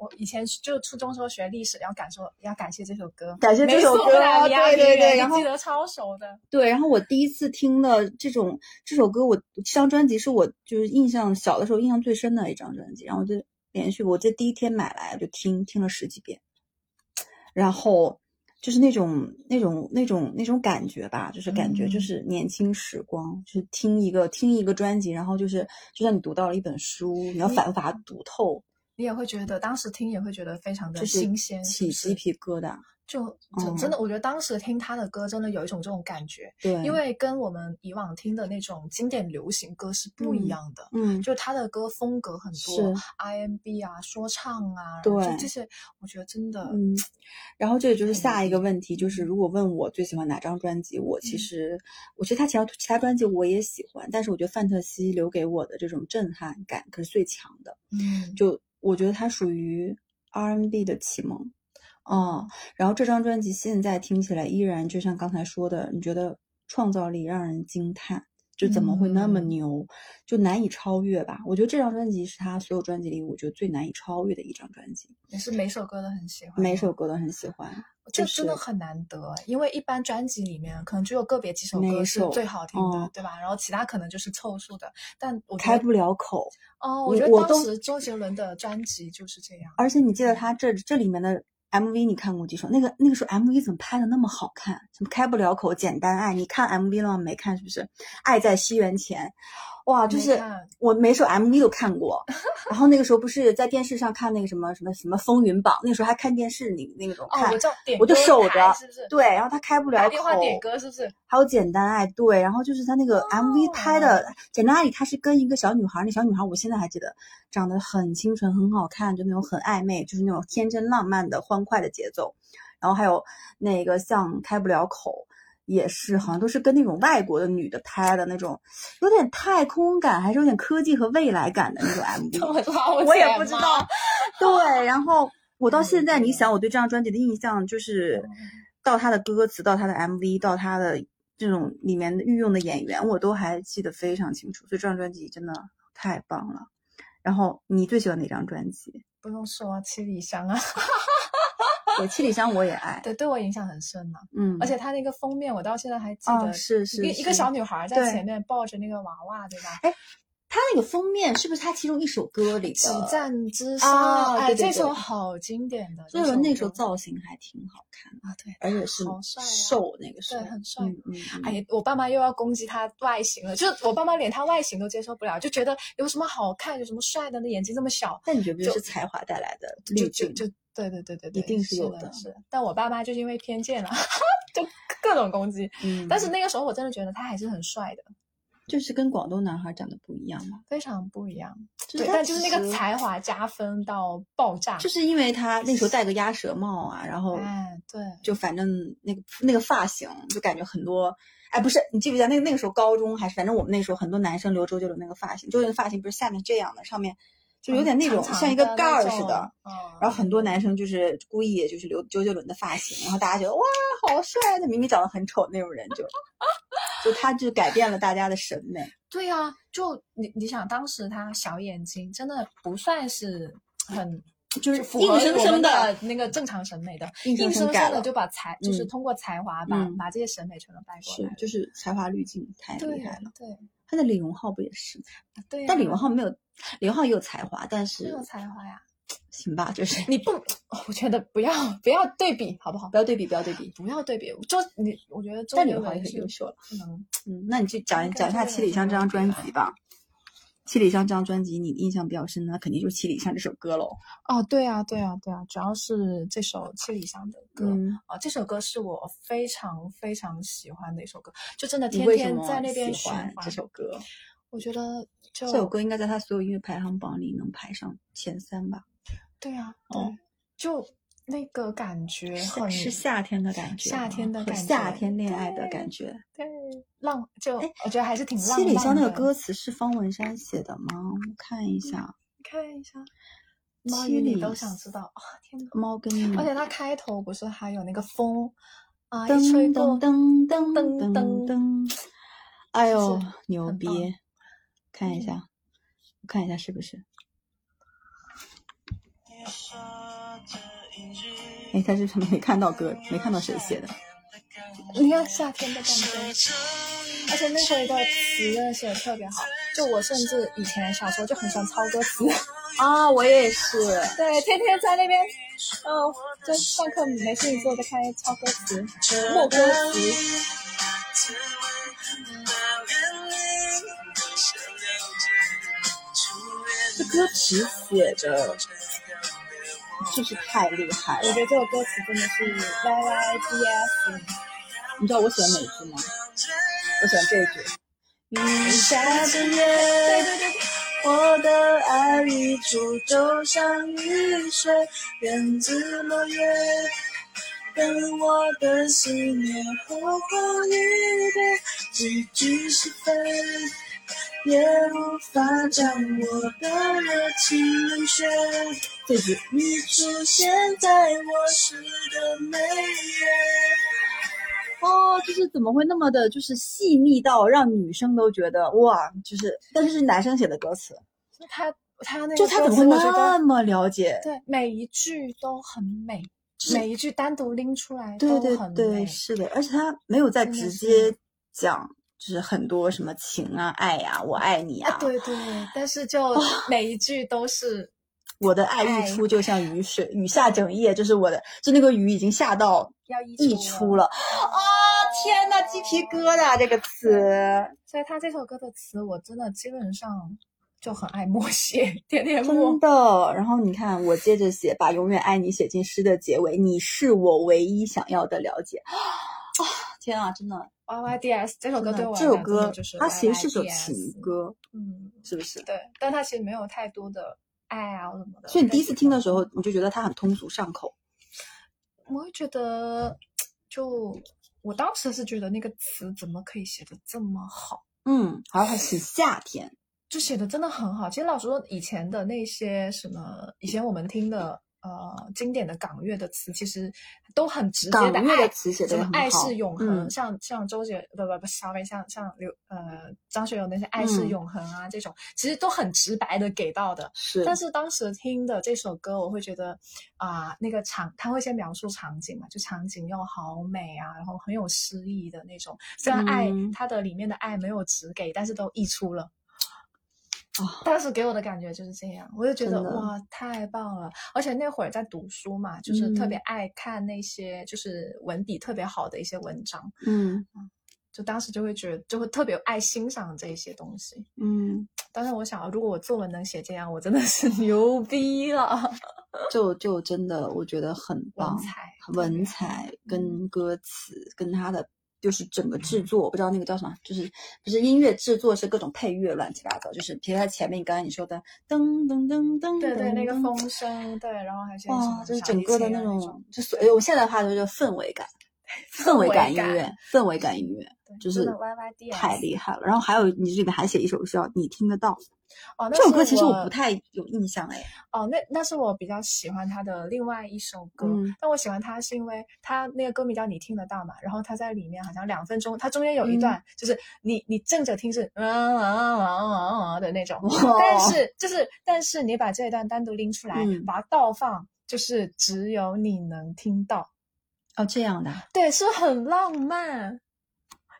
Speaker 4: 我以前就初中时候学历史，要感受要感谢这首歌，
Speaker 3: 感谢这首歌啊
Speaker 4: 美索不达米亚
Speaker 3: 对对
Speaker 4: 平原
Speaker 3: 对然后
Speaker 4: 记得超熟的，
Speaker 3: 对，然后我第一次听的这种这首歌，我这张专辑是我就是印象小的时候印象最深的一张专辑，然后就连续我这第一天买来就听听了十几遍，然后就是那种那种那种那种感觉吧，就是感觉
Speaker 4: 嗯
Speaker 3: 就是年轻时光，就是听一个听一个专辑，然后就是就像你读到了一本书，你要反复把它读透，
Speaker 4: 你也会觉得当时听也会觉得非常的
Speaker 3: 就是
Speaker 4: 新鲜，
Speaker 3: 起
Speaker 4: 是不
Speaker 3: 鸡
Speaker 4: 是
Speaker 3: 皮疙瘩。
Speaker 4: 就真
Speaker 3: 嗯
Speaker 4: 真的，我觉得当时听他的歌真的有一种这种感觉，
Speaker 3: 对，
Speaker 4: 因为跟我们以往听的那种经典流行歌是不一
Speaker 3: 嗯
Speaker 4: 样的。
Speaker 3: 嗯
Speaker 4: 就他的歌风格很
Speaker 3: 是
Speaker 4: 多，IMB 啊，说唱啊，
Speaker 3: 对
Speaker 4: 就这些，我觉得真的，
Speaker 3: 嗯，然后这也就是下一个
Speaker 4: 嗯
Speaker 3: 问题，就是如果问我最喜欢哪张专辑，我其
Speaker 4: 嗯
Speaker 3: 实我觉得他其他其他专辑我也喜欢，但是我觉得《范特西》留给我的这种震撼感可是最强的，
Speaker 4: 嗯，
Speaker 3: 就我觉得它属于 R&B 的启蒙。哦
Speaker 4: 嗯，
Speaker 3: 然后这张专辑现在听起来依然就像刚才说的，你觉得创造力让人惊叹，就怎么会那么
Speaker 4: 嗯
Speaker 3: 牛，就难以超越吧？我觉得这张专辑是他所有专辑里我觉得最难以超越的一张专辑，
Speaker 4: 也是每首歌都很喜欢，
Speaker 3: 每首歌都很喜欢。
Speaker 4: 这
Speaker 3: 就
Speaker 4: 真的
Speaker 3: 是
Speaker 4: 很难得，哎因为一般专辑里面可能只有个别几首
Speaker 3: 哪
Speaker 4: 歌
Speaker 3: 一
Speaker 4: 是
Speaker 3: 首
Speaker 4: 最好听的，
Speaker 3: 嗯
Speaker 4: 对吧？然后其他可能就是凑数的，但我觉
Speaker 3: 开
Speaker 4: 得
Speaker 3: 不了口。
Speaker 4: 哦，
Speaker 3: 我
Speaker 4: 我觉
Speaker 3: 我
Speaker 4: 得当
Speaker 3: 都
Speaker 4: 时周杰伦的专辑就是这样，
Speaker 3: 而且你记得他这这里面的 MV，你看过几首？那个那个时候 MV 怎么拍的那么好看？什么开不了口、简单爱？你看 MV 了吗？没看是不是？爱在西元前，哇，就
Speaker 4: 没
Speaker 3: 是
Speaker 4: 看
Speaker 3: 我每首 MV 都看过。然后那个时候不是在电视上看那个什么什么什么风云榜，那时候还看电视，你那种
Speaker 4: 哦，
Speaker 3: 看
Speaker 4: 我。知道点
Speaker 3: 我就
Speaker 4: 歌
Speaker 3: 守着
Speaker 4: 台是不是？
Speaker 3: 对，然后他开不了
Speaker 4: 打
Speaker 3: 口，
Speaker 4: 电话点歌是不 是？
Speaker 3: 还有《简单爱》，对，然后就是他那个 MV 拍的，简单爱》里他是跟一个小女孩，那小女孩我现在还记得，长得很清纯，很好看，就那种很暧昧，就是那种天真浪漫的欢快的节奏。然后还有那个像开不了口，也是好像都是跟那种外国的女的拍的那种，有点太空感，还是有点科技和未来感的那种 MV。
Speaker 4: 我抓我
Speaker 3: 我也
Speaker 4: 钱
Speaker 3: 不知
Speaker 4: 吗
Speaker 3: 道。对，然后我到现在，
Speaker 4: 嗯
Speaker 3: 你想我对这张专辑的印象就是，到他的歌词，到他的 MV，到他的这种里面的御用的演员，我都还记得非常清楚。所以这张专辑真的太棒了。然后你最喜欢哪张专辑？
Speaker 4: 不用说啊，七里香啊，
Speaker 3: 我七里香我也 爱，
Speaker 4: 对，对我影响很深嘛。
Speaker 3: 嗯，
Speaker 4: 而且它那个封面，我到现在还记
Speaker 3: 哦
Speaker 4: 得，
Speaker 3: 是是
Speaker 4: 一个一个
Speaker 3: 是
Speaker 4: 小女孩在
Speaker 3: 对
Speaker 4: 前面抱着那个娃娃，对吧？
Speaker 3: 他那个封面是不是他其中一首歌里的？
Speaker 4: 止战之梢，
Speaker 3: 啊对
Speaker 4: 哎，
Speaker 3: 对
Speaker 4: 这首
Speaker 3: 对
Speaker 4: 好经典的。
Speaker 3: 周杰伦那时候
Speaker 4: 造
Speaker 3: 造型还挺好看的，
Speaker 4: 啊，对，
Speaker 3: 而且是
Speaker 4: 好帅啊
Speaker 3: 瘦那个时候，
Speaker 4: 对很帅
Speaker 3: 嗯嗯嗯
Speaker 4: 哎呀，我爸妈又要攻击他外形了，就是我爸妈连他外形都接受不了，就觉得有什么好看，有什么帅的，那眼睛这么小，
Speaker 3: 但你觉不觉得
Speaker 4: 就是
Speaker 3: 才华带来的
Speaker 4: 就
Speaker 3: 滤
Speaker 4: 就
Speaker 3: 镜？
Speaker 4: 就对对对对对，
Speaker 3: 一定是
Speaker 4: 是
Speaker 3: 有
Speaker 4: 的
Speaker 3: 的
Speaker 4: 是的。但我爸妈就是因为偏见了， 就各种攻击。
Speaker 3: 嗯，
Speaker 4: 但是那个时候我真的觉得他还是很帅的，
Speaker 3: 就是跟广东男孩长得不一样嘛。
Speaker 4: 非常不一样。
Speaker 3: 就
Speaker 4: 对，
Speaker 3: 他
Speaker 4: 但就是
Speaker 3: 其
Speaker 4: 那个
Speaker 3: 实，
Speaker 4: 才华加分到爆炸。
Speaker 3: 就是因为他那时候戴个鸭舌帽啊，然后
Speaker 4: 哎，对，
Speaker 3: 就反正那个那个发型，就感觉很多。哎，不是，你记不记得那个那个时候高中还是反正我们那时候很多男生留周杰伦那个发型，周杰伦发型不是下面这样的，上面就有点那种
Speaker 4: 嗯长长
Speaker 3: 像一个
Speaker 4: 的
Speaker 3: 盖
Speaker 4: 那
Speaker 3: 儿似
Speaker 4: 种
Speaker 3: 的。。
Speaker 4: 嗯
Speaker 3: 然后很多男生就是故意就是留周杰伦的发型，然后大家觉得哇好帅，他明明长得很丑的那种人就就他就改变了大家的审美。
Speaker 4: 对呀、就你你想，当时他小眼睛真的不算是很，
Speaker 3: 就是
Speaker 4: 符
Speaker 3: 硬
Speaker 4: 合
Speaker 3: 生
Speaker 4: 我
Speaker 3: 生
Speaker 4: 们
Speaker 3: 的
Speaker 4: 那个正常审美的，
Speaker 3: 硬生
Speaker 4: 硬
Speaker 3: 生
Speaker 4: 生
Speaker 3: 改
Speaker 4: 生的
Speaker 3: 了
Speaker 4: 就把才、就是
Speaker 3: 嗯
Speaker 4: 通过才华把、
Speaker 3: 嗯
Speaker 4: 把这些审美全都带过
Speaker 3: 是
Speaker 4: 来了。
Speaker 3: 就是才华滤镜太
Speaker 4: 对
Speaker 3: 厉害了。
Speaker 4: 对
Speaker 3: 他的李荣浩不也是？
Speaker 4: 对、呀
Speaker 3: 但李荣浩没有，李荣浩也有才华，但
Speaker 4: 很
Speaker 3: 是
Speaker 4: 有才华呀！
Speaker 3: 行吧，就是
Speaker 4: 你不，我觉得不要不要对比，好不好？
Speaker 3: 不要对比，不要对比。
Speaker 4: 不要对比，就你，我觉得周
Speaker 3: 但
Speaker 4: 杰
Speaker 3: 李荣浩也
Speaker 4: 伦
Speaker 3: 很
Speaker 4: 是
Speaker 3: 优秀了。
Speaker 4: 不能
Speaker 3: 嗯，那你就讲一
Speaker 4: 应该
Speaker 3: 讲一下《
Speaker 4: 是
Speaker 3: 七里香》这张专辑吧。《七里香》这张专辑，你印象比较深的肯定就是《七里香》这首歌喽。
Speaker 4: 哦，对啊，对啊，对啊，主要是这首七里香的歌，
Speaker 3: 嗯，
Speaker 4: 啊，这首歌是我非常非常喜欢的一首歌，就真的
Speaker 3: 你
Speaker 4: 天
Speaker 3: 为什
Speaker 4: 天
Speaker 3: 么
Speaker 4: 在那边
Speaker 3: 喜
Speaker 4: 循
Speaker 3: 欢
Speaker 4: 环
Speaker 3: 这首歌？
Speaker 4: 我觉得就
Speaker 3: 这首歌应该在他所有音乐排行榜里能排上前三吧？
Speaker 4: 对啊，对，
Speaker 3: 哦
Speaker 4: 就那个感觉
Speaker 3: 是
Speaker 4: 很
Speaker 3: 是夏天的感觉吗，
Speaker 4: 夏天的
Speaker 3: 和
Speaker 4: 感觉
Speaker 3: 夏天恋爱的
Speaker 4: 对
Speaker 3: 感觉。
Speaker 4: 对浪，就
Speaker 3: 哎
Speaker 4: 我觉得还是挺浪
Speaker 3: 七
Speaker 4: 漫的。嗯
Speaker 3: 里香那个歌词是方文山写的吗？我看一下，啊
Speaker 4: 看一下，猫
Speaker 3: 七
Speaker 4: 与你
Speaker 3: 里嗯
Speaker 4: 都想知道啊、天哪！
Speaker 3: 猫跟你。
Speaker 4: 而且它开头不是还有那个风啊，一吹
Speaker 3: 噔
Speaker 4: 过
Speaker 3: 噔噔噔
Speaker 4: 噔
Speaker 3: 噔
Speaker 4: 噔
Speaker 3: 噔噔，哎
Speaker 4: 就
Speaker 3: 呦
Speaker 4: 是，
Speaker 3: 牛
Speaker 4: 很
Speaker 3: 逼
Speaker 4: 棒！
Speaker 3: 看一
Speaker 4: 嗯
Speaker 3: 下，我看一下是不是？
Speaker 1: 哎，他这上面没看到歌，没看到谁写的。
Speaker 4: 你看夏天的感觉，而且那时候的词写的特别好，就我甚至以前小时候就很喜欢抄歌词，
Speaker 3: 啊，我也是，
Speaker 4: 对，天天在那边，嗯、就上课没事做就开始抄歌词，默歌词，
Speaker 3: 这歌词写的就是太厉害
Speaker 4: 我
Speaker 3: 了
Speaker 4: 觉。得这首歌词真的是 Y Y D F，
Speaker 3: 你知道我喜欢哪一句吗？我喜欢这一句。雨下着
Speaker 4: 对
Speaker 3: 夜，
Speaker 4: 对对，
Speaker 3: 我的爱一出就像雨水，源自落叶，跟我的信念厚厚一叠，几句是非，也无法将我的热情冷却。这句你出现在我诗的每页。哦，就是怎么会那么的，就是细腻到让女生都觉得哇，就是，但是是男生写的歌词，
Speaker 4: 就他他那个
Speaker 3: 就他怎么会
Speaker 4: 歌词我觉得
Speaker 3: 那么了解？
Speaker 4: 对，每一句都很美，每一句单独拎出来
Speaker 3: 对
Speaker 4: 都
Speaker 3: 对
Speaker 4: 很美。
Speaker 3: 对，是的，而且他没有在
Speaker 4: 真的
Speaker 3: 直
Speaker 4: 是
Speaker 3: 接讲，就是很多什么情啊、爱呀、我爱你啊，
Speaker 4: 啊，对对，但是就每一句都是，
Speaker 3: 我的爱
Speaker 4: 爱
Speaker 3: 溢出就像雨水，雨下整夜，就是我的，就那个雨已经下到
Speaker 4: 要溢
Speaker 3: 溢
Speaker 4: 出
Speaker 3: 出
Speaker 4: 了
Speaker 3: 了，啊、天呐，鸡皮疙瘩这个词。
Speaker 4: 所以他这首歌的词，我真的基本上就很爱默写，天天默
Speaker 3: 真。的。然后你看，我接着写，把“永远爱你”写进诗的结尾。你是我唯一想要的了解。啊，天啊，真的，
Speaker 4: Y Y D S 这首歌
Speaker 3: 真的
Speaker 4: 对
Speaker 3: 这首
Speaker 4: 我来讲真的
Speaker 3: 歌
Speaker 4: 就是
Speaker 3: 它其实是首
Speaker 4: YYDS
Speaker 3: 情，歌，
Speaker 4: 嗯，
Speaker 3: 是不是？
Speaker 4: 对，但它其实没有太多的爱啊或什么的。
Speaker 3: 所以你第一
Speaker 4: 但
Speaker 3: 次
Speaker 4: 是
Speaker 3: 听的时候，你就觉得它很通俗上口。
Speaker 4: 我会觉得，就我当时是觉得那个词怎么可以写的这么好。
Speaker 3: 嗯，然后还是夏天，
Speaker 4: 就写的真的很好。其实老实说，以前的那些什么，以前我们听的呃经典的港乐的词，其实都很直接
Speaker 3: 港
Speaker 4: 的
Speaker 3: 乐的
Speaker 4: 爱，
Speaker 3: 词写
Speaker 4: 什
Speaker 3: 的
Speaker 4: 么
Speaker 3: 很
Speaker 4: 爱
Speaker 3: 好
Speaker 4: 是。永恒，
Speaker 3: 嗯
Speaker 4: 像像周杰不不不，sorry，像像刘呃张学友那些爱是
Speaker 3: 嗯
Speaker 4: 永恒啊、这种，其实都很直白的给到的。
Speaker 3: 是，
Speaker 4: 但是当时听的这首歌，我会觉得啊、那个场他会先描述场景嘛，就场景又好美啊，然后很有诗意的那种。虽然爱、
Speaker 3: 嗯
Speaker 4: 它的里面的爱没有只给，但是都溢出了。
Speaker 3: 啊
Speaker 4: 当时给我的感觉就是这样，我就觉得
Speaker 3: 真的
Speaker 4: 哇，太棒了！而且那会儿在读书嘛，就是特别
Speaker 3: 嗯
Speaker 4: 爱看那些就是文笔特别好的一些文章，
Speaker 3: 嗯
Speaker 4: 就当时就会觉得就会特别爱欣赏这一些东西。
Speaker 3: 嗯，
Speaker 4: 当时我想，如果我作文能写这样，我真的是 牛逼 了，
Speaker 3: 就就真的我觉得很
Speaker 4: 文
Speaker 3: 棒。
Speaker 4: 采，
Speaker 3: 哦文采跟歌词跟他的就是整个制作，我不知道那个叫什么，就是不是音乐制作是各种配乐乱七八糟，就是比如他前面刚才你说的噔噔噔噔，
Speaker 4: 对对，
Speaker 3: 噔
Speaker 4: 那个
Speaker 3: 噔
Speaker 4: 风声，对，然后还有一些
Speaker 3: 嗯
Speaker 4: 什
Speaker 3: 哇，
Speaker 4: 么
Speaker 3: 就是
Speaker 4: 小
Speaker 3: 整
Speaker 4: 提
Speaker 3: 个的
Speaker 4: 琴啊
Speaker 3: 那
Speaker 4: 那
Speaker 3: 种，就所以我现在的话就是氛围 感，氛围感音乐，氛围感音乐
Speaker 4: 对
Speaker 3: 就是
Speaker 4: 真的 YYDS
Speaker 3: 太厉害了。然后还有你这里面还写一首叫《你听得到》，
Speaker 4: 哦，那
Speaker 3: 这首
Speaker 4: 是
Speaker 3: 歌其实我不太有印象哎，
Speaker 4: 哦，那那是我比较喜欢他的另外一首歌，
Speaker 3: 嗯
Speaker 4: 但我喜欢他是因为他那个歌名叫《你听得到》嘛，然后他在里面好像两分钟，他中间有一
Speaker 3: 嗯
Speaker 4: 段就是你你正着听是嗯嗯嗯嗯嗯的那种，
Speaker 3: 哇
Speaker 4: 但是就是但是你把这一段单独拎出来，
Speaker 3: 嗯
Speaker 4: 把它倒放，就是只有你能听到，
Speaker 3: 哦这样的，
Speaker 4: 对，是不是很浪漫。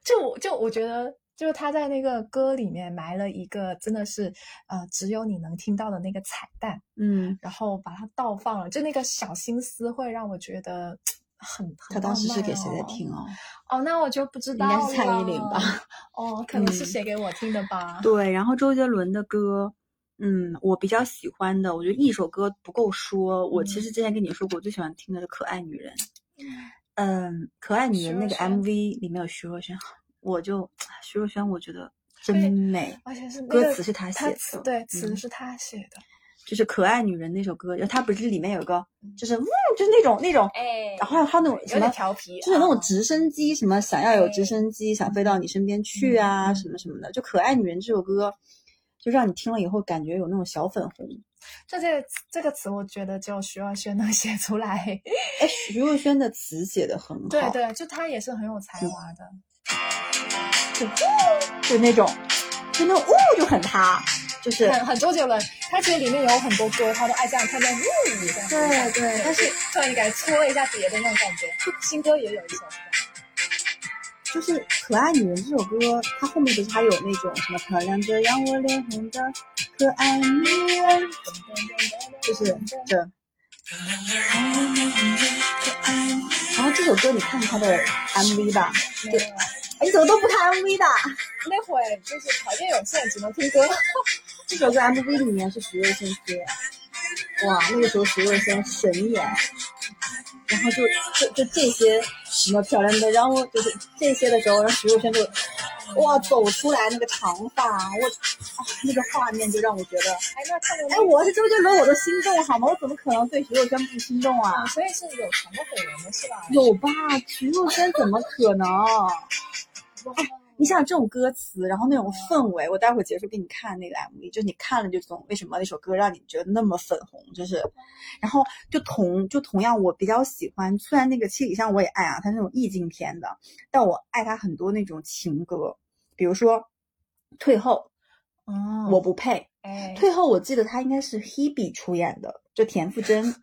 Speaker 4: 就我就我觉得，就是他在那个歌里面埋了一个真的是呃只有你能听到的那个彩蛋。
Speaker 3: 嗯，
Speaker 4: 然后把它倒放了，就那个小心思会让我觉得很很
Speaker 3: 他当时是给谁在
Speaker 4: 浪漫
Speaker 3: 听
Speaker 4: 哦？
Speaker 3: 哦？
Speaker 4: 哦，那我就不知道
Speaker 3: 应
Speaker 4: 了，
Speaker 3: 该是蔡依林吧？
Speaker 4: 哦，可能是
Speaker 3: 嗯
Speaker 4: 写给我听的吧。
Speaker 3: 对，然后周杰伦的歌，嗯，我比较喜欢的，我觉得一首歌不够说。我其
Speaker 4: 嗯
Speaker 3: 实之前跟你说过，我最喜欢听的是《可爱女人》。嗯，《可爱女
Speaker 4: 啊徐
Speaker 3: 人》
Speaker 4: 若
Speaker 3: 那个
Speaker 4: 瑄
Speaker 3: MV 里面有徐若瑄，我就徐若瑄，我觉得真
Speaker 4: 对
Speaker 3: 美。
Speaker 4: 而且是那
Speaker 3: 歌
Speaker 4: 个
Speaker 3: 词是他写
Speaker 4: 词
Speaker 3: 的
Speaker 4: 对，词
Speaker 3: 嗯
Speaker 4: 是他写的。
Speaker 3: 就是《可爱女人》那首歌，它不是里面有一个，就是嗯，就是那种那种，
Speaker 4: 哎
Speaker 3: 然后还有还有那种什
Speaker 4: 有
Speaker 3: 么
Speaker 4: 点调皮，
Speaker 3: 就是那
Speaker 4: 啊
Speaker 3: 种直升机，什么想要有
Speaker 4: 对
Speaker 3: 直升机，想飞到你身边去啊，
Speaker 4: 嗯
Speaker 3: 什么什么的。就《可爱女人》这首歌，就让你听了以后感觉有那种小粉红。
Speaker 4: 就这个这个词，我觉得只有徐若瑄能写出 来。
Speaker 3: 哎，徐若瑄的词写的很好，
Speaker 4: 对对，就她也是很有才华的。
Speaker 3: 就那种，就那种呜、就很她，就是
Speaker 4: 很很周杰伦，他其实里面有很多歌，他都爱这样，他在嗯这样，
Speaker 3: 对对，
Speaker 4: 但是突然你感觉搓了一下碟的那种感觉。新歌也有一首是吧，
Speaker 3: 就是《可爱女人》这首歌，它后面不是还有那种什么漂亮的让我脸红的可爱女人，就是这。然后这首歌你看它的 MV 吧，对，哎，你怎么都不看 MV 的？
Speaker 4: 那会儿就是条件有限，只能听歌。哎
Speaker 3: 这首歌 MV 里面是徐若瑄接，哇，那个时候徐若瑄神演，然后就就就这些什么漂亮的，然后就是这些的时候，然后徐若瑄就哇走出来那个长发，我、啊、那个画面就让我觉得，
Speaker 4: 哎，那看过那
Speaker 3: 哎，我是周杰伦我都心动好吗？我怎么可能对徐若瑄不心动啊？
Speaker 4: 所以是有传过绯闻的是吧？
Speaker 3: 有吧？徐若瑄怎么可能？你想这种歌词，然后那种氛围，我待会儿结束给你看那个 MV，就是你看了就懂为什么那首歌让你觉得那么粉红，就是，然后就同就同样我比较喜欢，虽然那个七里香我也爱啊，它那种意境片的，但我爱它很多那种情歌，比如说《退后》，
Speaker 4: 嗯
Speaker 3: 我不配，
Speaker 4: 哎
Speaker 3: 退后，我记得他应该是 Hebe 出演的，就田馥甄，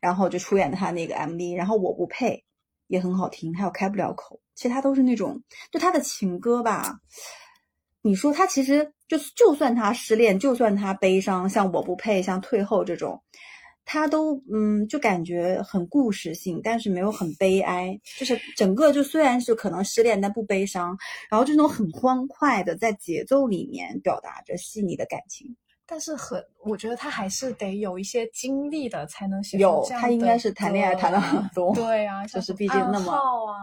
Speaker 3: 然后就出演他那个 MV，然后我不配也很好听，还有开不了口，其实他都是那种，就他的情歌吧。你说他其实就就算他失恋，就算他悲伤，像我不配，像退后这种，他都嗯，就感觉很故事性，但是没有很悲哀，就是整个就虽然是可能失恋，但不悲伤，然后就那种很欢快的，在节奏里面表达着细腻的感情。
Speaker 4: 但是很，我觉得他还是得有一些经历的，才能写出
Speaker 3: 有
Speaker 4: 这，样
Speaker 3: 他应该
Speaker 4: 的
Speaker 3: 是谈恋爱
Speaker 4: 歌
Speaker 3: 谈了很多。
Speaker 4: 对啊，
Speaker 3: 就
Speaker 4: 像
Speaker 3: 是
Speaker 4: 什么
Speaker 3: 毕竟
Speaker 4: 暗
Speaker 3: 那么
Speaker 4: 号啊，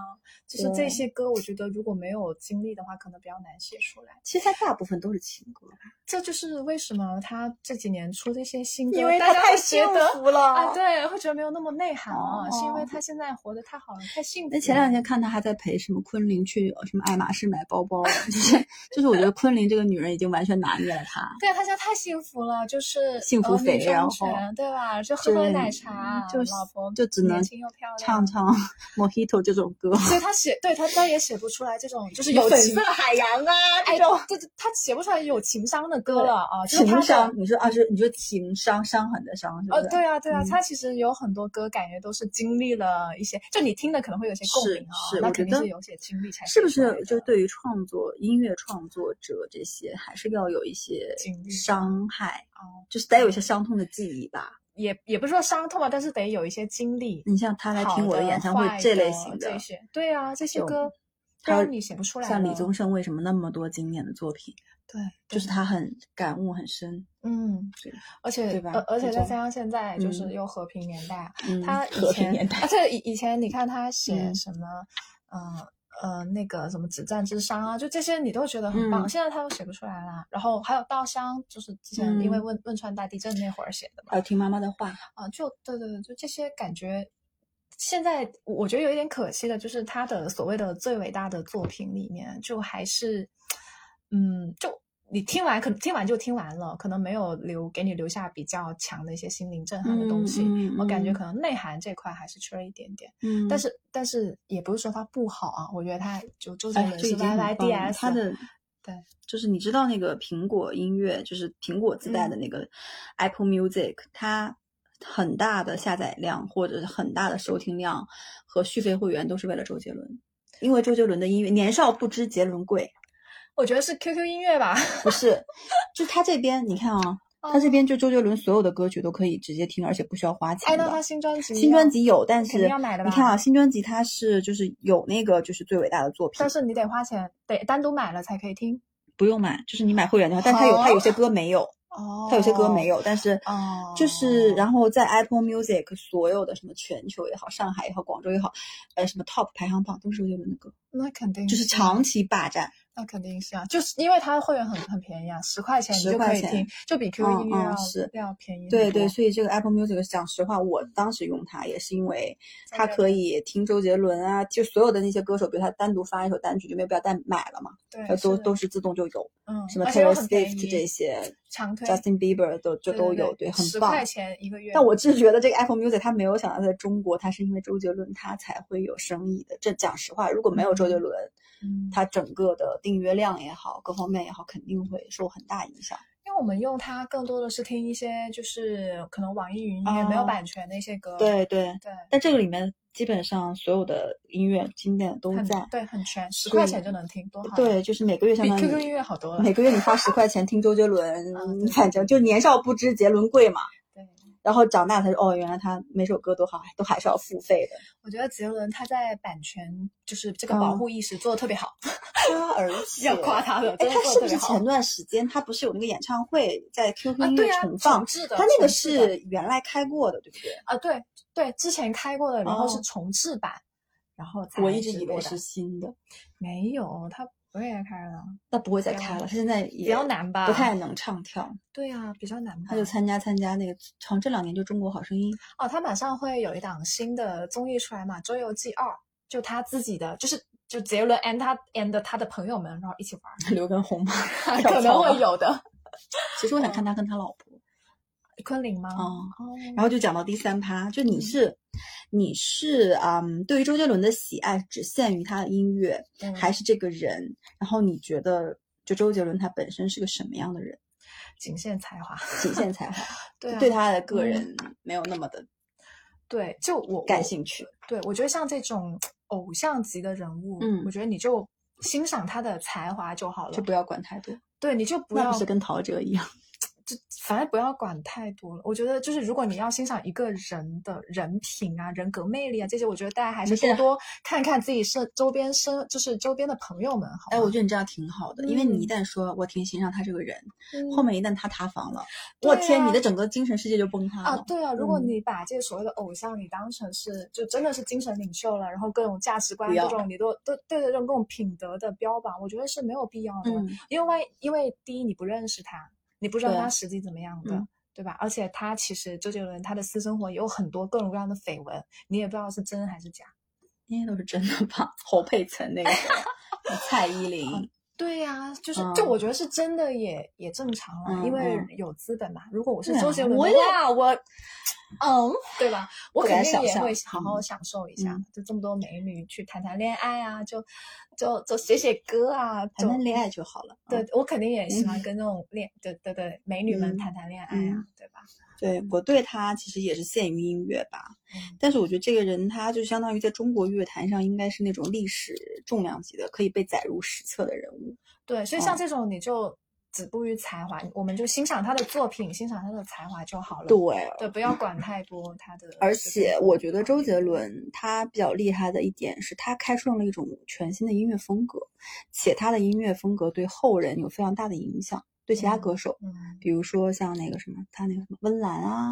Speaker 4: 就是
Speaker 3: 对
Speaker 4: 这些歌，我觉得如果没有经历的话，可能比较难写出来。
Speaker 3: 其实他大部分都是情歌，
Speaker 4: 这就是为什么他这几年出这些新歌，
Speaker 3: 因为
Speaker 4: 大
Speaker 3: 他
Speaker 4: 家
Speaker 3: 太
Speaker 4: 会觉
Speaker 3: 幸
Speaker 4: 得
Speaker 3: 福了。
Speaker 4: 啊，对，会觉得没有那么内涵了，是因为
Speaker 3: 哦
Speaker 4: 他现在活得太好了，太幸福了。
Speaker 3: 那前两天看他还在陪什么昆凌去什么爱马仕买包包，啊就是就是，我觉得昆凌这个女人已经完全拿捏了他。
Speaker 4: 对啊，他现在太幸福了，就是
Speaker 3: 幸福
Speaker 4: 儿女
Speaker 3: 肥
Speaker 4: 双
Speaker 3: 然后
Speaker 4: 全对吧？就喝喝
Speaker 3: 对
Speaker 4: 奶茶，
Speaker 3: 就是
Speaker 4: 老婆
Speaker 3: 就只能
Speaker 4: 年轻又漂亮，
Speaker 3: 唱唱 Mojito 这种歌，
Speaker 4: 所以他写对他再也写不出来这种就是有情
Speaker 3: 海洋啊
Speaker 4: 哎，对对，他写不出来有情商的歌了啊，就是他
Speaker 3: 情
Speaker 4: 的
Speaker 3: 商，。你说啊是你说情商伤痕的伤是不
Speaker 4: 呃，
Speaker 3: 是？
Speaker 4: 对啊，对啊，
Speaker 3: 嗯
Speaker 4: 他其实有很多歌，感觉都是经历了一些，就你听的可能会有些共
Speaker 3: 是
Speaker 4: 鸣啊，
Speaker 3: 是
Speaker 4: 那
Speaker 3: 我
Speaker 4: 肯
Speaker 3: 觉
Speaker 4: 定
Speaker 3: 得
Speaker 4: 是有些经历才
Speaker 3: 是不
Speaker 4: 写出来
Speaker 3: 是
Speaker 4: 的
Speaker 3: 就对于创作音乐创作者这些，还是要有一些
Speaker 4: 经历
Speaker 3: 伤害，
Speaker 4: 哦，
Speaker 3: 就是得有一些伤痛的记忆吧。
Speaker 4: 也也不是说伤痛吧，但是得有一些经历。
Speaker 3: 你像嗯他来听我
Speaker 4: 的
Speaker 3: 演唱会
Speaker 4: 坏
Speaker 3: 这类
Speaker 4: 的
Speaker 3: 型的
Speaker 4: 这，些，对啊，这些
Speaker 3: 就
Speaker 4: 歌
Speaker 3: 还有
Speaker 4: 让你写不出来
Speaker 3: 像李
Speaker 4: 了
Speaker 3: 宗盛为什么那么多经典的作品，
Speaker 4: 对，
Speaker 3: 就是
Speaker 4: 对
Speaker 3: 他很感悟很深。
Speaker 4: 嗯
Speaker 3: 对，
Speaker 4: 而且
Speaker 3: 对吧
Speaker 4: 呃而且
Speaker 3: 这
Speaker 4: 再
Speaker 3: 种
Speaker 4: 加上现在就
Speaker 3: 嗯
Speaker 4: 是又和平年代，
Speaker 3: 嗯
Speaker 4: 他以
Speaker 3: 和平
Speaker 4: 前
Speaker 3: 年 代
Speaker 4: 而且以以前你看他写
Speaker 3: 嗯
Speaker 4: 什么，呃呃那个什么止战之殇啊，就这些你都觉得很棒，
Speaker 3: 嗯
Speaker 4: 现在他都写不出来啦。然后还有稻香，就是之前因为
Speaker 3: 嗯
Speaker 4: 汶汶川大地震那会儿写的嘛，
Speaker 3: 还有呃听妈妈的话，
Speaker 4: 啊，就对对对，就这些感觉。现在我觉得有一点可惜的，就是他的所谓的最伟大的作品里面，就还是，嗯，就你听完可听完就听完了，可能没有留给你留下比较强的一些心灵震撼的东西。
Speaker 3: 嗯嗯
Speaker 4: 我感觉
Speaker 3: 嗯
Speaker 4: 可能内涵这块还是缺了一点点，
Speaker 3: 嗯
Speaker 4: 但是但是也不是说他不好啊，我觉得他就周杰
Speaker 3: 哎，
Speaker 4: 伦
Speaker 3: 这已
Speaker 4: 是
Speaker 3: 经很
Speaker 4: Y Y
Speaker 3: 棒
Speaker 4: D
Speaker 3: 了
Speaker 4: S，
Speaker 3: 他的。
Speaker 4: 对
Speaker 3: 就是你知道那个苹果音乐，就是苹果自
Speaker 4: 嗯
Speaker 3: 带的那个 Apple Music，、它很大的下载量或者是很大的收听量和续费会员都是为了周杰伦，因为周杰伦的音乐年少不知杰伦贵，
Speaker 4: 我觉得是 QQ 音乐吧，
Speaker 3: 不是，就他这边你看啊，他这边就周杰伦所有的歌曲都可以直接听，而且不需要花
Speaker 4: 哎，
Speaker 3: 钱
Speaker 4: 那
Speaker 3: 的
Speaker 4: 他。新专辑
Speaker 3: 新专
Speaker 4: 要
Speaker 3: 辑有，但是
Speaker 4: 肯定要买的吧
Speaker 3: 你看啊，新专辑它是就是有那个就是最伟大的作品，
Speaker 4: 但是你得花钱，得单独买了才可以听。
Speaker 3: 不用买，就是你买会员的话，但它有它有些歌没有，
Speaker 4: 哦
Speaker 3: 它有些歌没。有，但是
Speaker 4: 哦
Speaker 3: 就是然后在 Apple Music 所有的什么全球也好，上海也好，广州也好，呃，什么 Top 排行榜都是周杰伦的歌，
Speaker 4: 那肯定
Speaker 3: 就是
Speaker 4: 啊
Speaker 3: 长，期霸占。
Speaker 4: 那肯定是啊，就是因为它的会员很很便宜啊，十块钱你
Speaker 3: 10
Speaker 4: 就可
Speaker 3: 块
Speaker 4: 以
Speaker 3: 钱
Speaker 4: 听，就比 QQ
Speaker 3: 嗯
Speaker 4: 音乐
Speaker 3: 嗯
Speaker 4: 要
Speaker 3: 是
Speaker 4: 要便宜很
Speaker 3: 对对，
Speaker 4: 多
Speaker 3: 所以这个 Apple Music 讲实话，我当时用它也是因为
Speaker 4: 周
Speaker 3: 它
Speaker 4: 杰
Speaker 3: 可以听周杰伦啊，就所有的那些歌手，比如他单独发一首单曲就没有必要再买了嘛，
Speaker 4: 对
Speaker 3: 它呃都
Speaker 4: 是的
Speaker 3: 都是自动就有，
Speaker 4: 嗯，
Speaker 3: 什么
Speaker 4: 而且又
Speaker 3: Taylor
Speaker 4: 很便
Speaker 3: Swift
Speaker 4: 宜
Speaker 3: 这些
Speaker 4: 长推
Speaker 3: ，Justin Bieber 都就都有，对，很
Speaker 4: 十
Speaker 3: 棒
Speaker 4: 块。钱一个月。
Speaker 3: 但我只是觉得这个 Apple Music 它没有想到在中国，它是因为周杰伦它才会有生意的。这讲实话，如果没有周杰伦，
Speaker 4: 嗯
Speaker 3: 它整个的订阅量也好，各方面也好，肯定会受很大影响。
Speaker 4: 因为我们用它更多的是听一些就是可能网易云音乐
Speaker 3: 哦
Speaker 4: 没有版权的一些歌，
Speaker 3: 对对，
Speaker 4: 对，
Speaker 3: 但这个里面基本上所有的音乐经典都
Speaker 4: 很
Speaker 3: 在。
Speaker 4: 对很全，十
Speaker 3: 所以
Speaker 4: 块钱就能听，多好呀，
Speaker 3: 对，就是每个月相
Speaker 4: 比
Speaker 3: 当于
Speaker 4: QQ 音乐好多了
Speaker 3: 每，个月你花十块钱听周杰伦
Speaker 4: 啊对，
Speaker 3: 反正就年少不知杰伦贵嘛。
Speaker 4: 对。
Speaker 3: 然后长大才说，哦，原来他每首歌都好，都还是要付费的。
Speaker 4: 我觉得杰伦他在版权就是这个
Speaker 3: 嗯
Speaker 4: 保护意识做的特别好，
Speaker 3: 他而
Speaker 4: 要夸他了，
Speaker 3: 哎，
Speaker 4: 真的
Speaker 3: 他
Speaker 4: 做
Speaker 3: 是
Speaker 4: 的
Speaker 3: 不
Speaker 4: 特
Speaker 3: 是
Speaker 4: 别好
Speaker 3: 前。段时间他不是有那个演唱会在 QQ
Speaker 4: 啊，
Speaker 3: 音
Speaker 4: 对
Speaker 3: 乐
Speaker 4: 啊，
Speaker 3: 重放？
Speaker 4: 置的，
Speaker 3: 他那个
Speaker 4: 重置的
Speaker 3: 是原来开过的，对不对？
Speaker 4: 啊，对对，之前开过的，然后是
Speaker 3: 哦
Speaker 4: 重置版，然后才
Speaker 3: 我一直
Speaker 4: 直
Speaker 3: 以
Speaker 4: 播
Speaker 3: 为
Speaker 4: 的
Speaker 3: 是新的，
Speaker 4: 没有，他不愿意开了，
Speaker 3: 那不会再
Speaker 4: 比较
Speaker 3: 开了。他现在也
Speaker 4: 比较难吧？
Speaker 3: 不太能唱跳，
Speaker 4: 对啊，比较难吧？
Speaker 3: 他就参加参加那个，好像这两年就中国好声音。
Speaker 4: 哦，他马上会有一档新的综艺出来嘛，《周游记二》，就他自己的，就是就杰伦 and 他 and 他的朋友们，然后一 起玩儿，？
Speaker 3: 刘畊宏吗跳
Speaker 4: 可
Speaker 3: 槽
Speaker 4: 能会
Speaker 3: 吗。
Speaker 4: 有 的。
Speaker 3: 其实我想看他跟他老婆。
Speaker 4: 昆凌吗？
Speaker 3: 哦
Speaker 4: 哦，
Speaker 3: 然后就讲到第三趴，就你是你是嗯，对于周杰伦的喜爱只限于他的音乐，
Speaker 4: 嗯
Speaker 3: 还是这个人？然后你觉得就周杰伦他本身是个什么样的人？
Speaker 4: 仅限才华，
Speaker 3: 仅限才华，
Speaker 4: 对
Speaker 3: 就
Speaker 4: 啊
Speaker 3: 对嗯他的个人没有那么的
Speaker 4: 对，就我
Speaker 3: 感
Speaker 4: 兴。
Speaker 3: 兴趣。
Speaker 4: 对，我觉得像这种偶像级的人物，
Speaker 3: 嗯
Speaker 4: 我觉得你就欣赏他的才华就好了
Speaker 3: 就，不要管太多，
Speaker 4: 对，你就不
Speaker 3: 那
Speaker 4: 要
Speaker 3: 不是跟陶喆一样？
Speaker 4: 就反正不要管太多了。我觉得就是如果你要欣赏一个人的人品啊、人格魅力啊这些，我觉得大家还是
Speaker 3: 没事
Speaker 4: 多多看看自己身周边身，就是周边的朋友们，好吗。
Speaker 3: 哎，我觉得你这样挺好的，因为
Speaker 4: 嗯
Speaker 3: 你一旦说我挺欣赏他这个人，
Speaker 4: 嗯
Speaker 3: 后面一旦他塌房了，
Speaker 4: 对
Speaker 3: 我天，
Speaker 4: 啊
Speaker 3: 你的整个精神世界就崩塌
Speaker 4: 啊
Speaker 3: 了，。
Speaker 4: 对啊，如果
Speaker 3: 嗯
Speaker 4: 你把这个所谓的偶像，你当成是就真的是精神领袖了，然后各种价值观
Speaker 3: 不
Speaker 4: 各
Speaker 3: 要
Speaker 4: 种你都都对对这种各种品德的标榜，我觉得是没有必要的。
Speaker 3: 嗯
Speaker 4: 因为万一因为第一你不认识他，你不知道
Speaker 3: 对
Speaker 4: 他实际怎么样的，
Speaker 3: 嗯
Speaker 4: 对吧？而且他其实周杰伦他的私生活也有很多各种各样的绯闻，你也不知道是真还是假。
Speaker 3: 应该都是真的吧？侯佩岑那个谁， 蔡依林，
Speaker 4: 对呀、就是、
Speaker 3: 嗯
Speaker 4: 就我觉得是真的也也正常了，
Speaker 3: 嗯
Speaker 4: 因为
Speaker 3: 嗯
Speaker 4: 有资本嘛。如果我是
Speaker 3: 对啊
Speaker 4: 周杰伦的
Speaker 3: 我也
Speaker 4: 话， 我嗯，对吧？我
Speaker 3: 不
Speaker 4: 肯
Speaker 3: 敢
Speaker 4: 定
Speaker 3: 想
Speaker 4: 也
Speaker 3: 象
Speaker 4: 会好好享受一下，就这么多美女去谈谈恋爱啊，就就就写写歌啊，
Speaker 3: 谈
Speaker 4: 就
Speaker 3: 谈恋爱就好了。
Speaker 4: 对
Speaker 3: 嗯，
Speaker 4: 我肯定也喜欢跟那种恋，对对对，美女们
Speaker 3: 嗯
Speaker 4: 谈谈恋爱啊，
Speaker 3: 嗯
Speaker 4: 对吧？
Speaker 3: 对我对他其实也是限于音乐吧
Speaker 4: 嗯，
Speaker 3: 但是我觉得这个人他就相当于在中国乐坛上应该是那种历史重量级的，可以被载入史册的人物。
Speaker 4: 对，所以
Speaker 3: 嗯
Speaker 4: 像这种你就止步于才华，我们就欣赏他的作品，欣赏他的才华就好了。
Speaker 3: 对，
Speaker 4: 对，不要管太多他的。
Speaker 3: 而且我觉得周杰伦他比较厉害的一点是他开创了一种全新的音乐风格，且他的音乐风格对后人有非常大的影响，对其他
Speaker 4: 嗯
Speaker 3: 歌手，
Speaker 4: 嗯，
Speaker 3: 比如说像那个什么，他那个什么温岚啊，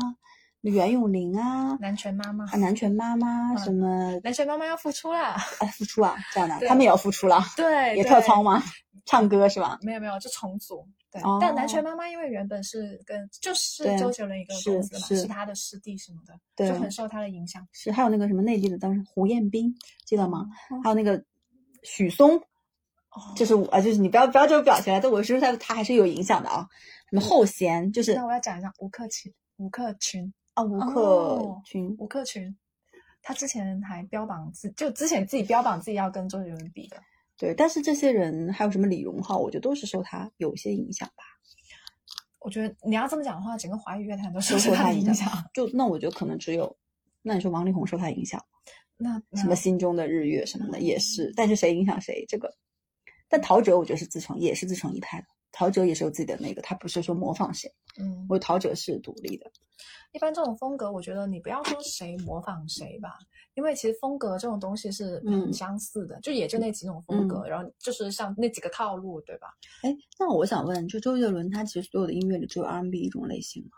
Speaker 3: 袁咏琳啊，
Speaker 4: 南拳妈妈，
Speaker 3: 啊南拳妈妈
Speaker 4: 嗯
Speaker 3: 什么，
Speaker 4: 南拳妈妈要复 出啦！
Speaker 3: 哎，复出啊，这样的，
Speaker 4: 对
Speaker 3: 他们也要复出了，
Speaker 4: 对，
Speaker 3: 也
Speaker 4: 对
Speaker 3: 跳操？吗？唱歌是吧？
Speaker 4: 没有没有，就重组。对，
Speaker 3: 哦
Speaker 4: 但南拳妈妈因为原本是跟就是
Speaker 3: 对
Speaker 4: 周杰伦一个
Speaker 3: 是
Speaker 4: 公司嘛，
Speaker 3: 是
Speaker 4: 是他的师弟什么的，
Speaker 3: 对
Speaker 4: 就很受他的影响。
Speaker 3: 是，还有那个什么内地的，当时胡彦斌记得吗？
Speaker 4: 哦
Speaker 3: 还有那个许嵩，就是我啊，就是你不要不要这种表情啊，但我是说他他还是有影响的啊。什么后弦，就是
Speaker 4: 那我要讲一下吴克群，吴克群，
Speaker 3: 啊吴克
Speaker 4: 哦
Speaker 3: 群，
Speaker 4: 吴克群，他之前还标榜自，就之前自己标榜自己要跟周杰伦比的。
Speaker 3: 对，但是这些人还有什么李荣浩，我觉得都是受他有些影响吧，
Speaker 4: 我觉得你要这么讲的话，整个华语乐坛都
Speaker 3: 都
Speaker 4: 受
Speaker 3: 受
Speaker 4: 他
Speaker 3: 他
Speaker 4: 的
Speaker 3: 影
Speaker 4: 影响。
Speaker 3: 就那我觉得可能只有，那你说王力宏受他影响，
Speaker 4: 那
Speaker 3: 什么
Speaker 4: 那
Speaker 3: 心中的日月什么的也是，但是谁影响谁这个，但陶喆我觉得是自成也是自成一派的，陶喆也是有自己的那个，他不是说模仿谁，
Speaker 4: 嗯，
Speaker 3: 我觉得陶喆是独立的。
Speaker 4: 一般这种风格，我觉得你不要说谁模仿谁吧，因为其实风格这种东西是很
Speaker 3: 嗯
Speaker 4: 相似的，就也就那几种风格，然后就是像那几个套路，对吧？
Speaker 3: 哎，那我想问，就周杰伦他其实所有的音乐里只有 R&B 一种类型吗？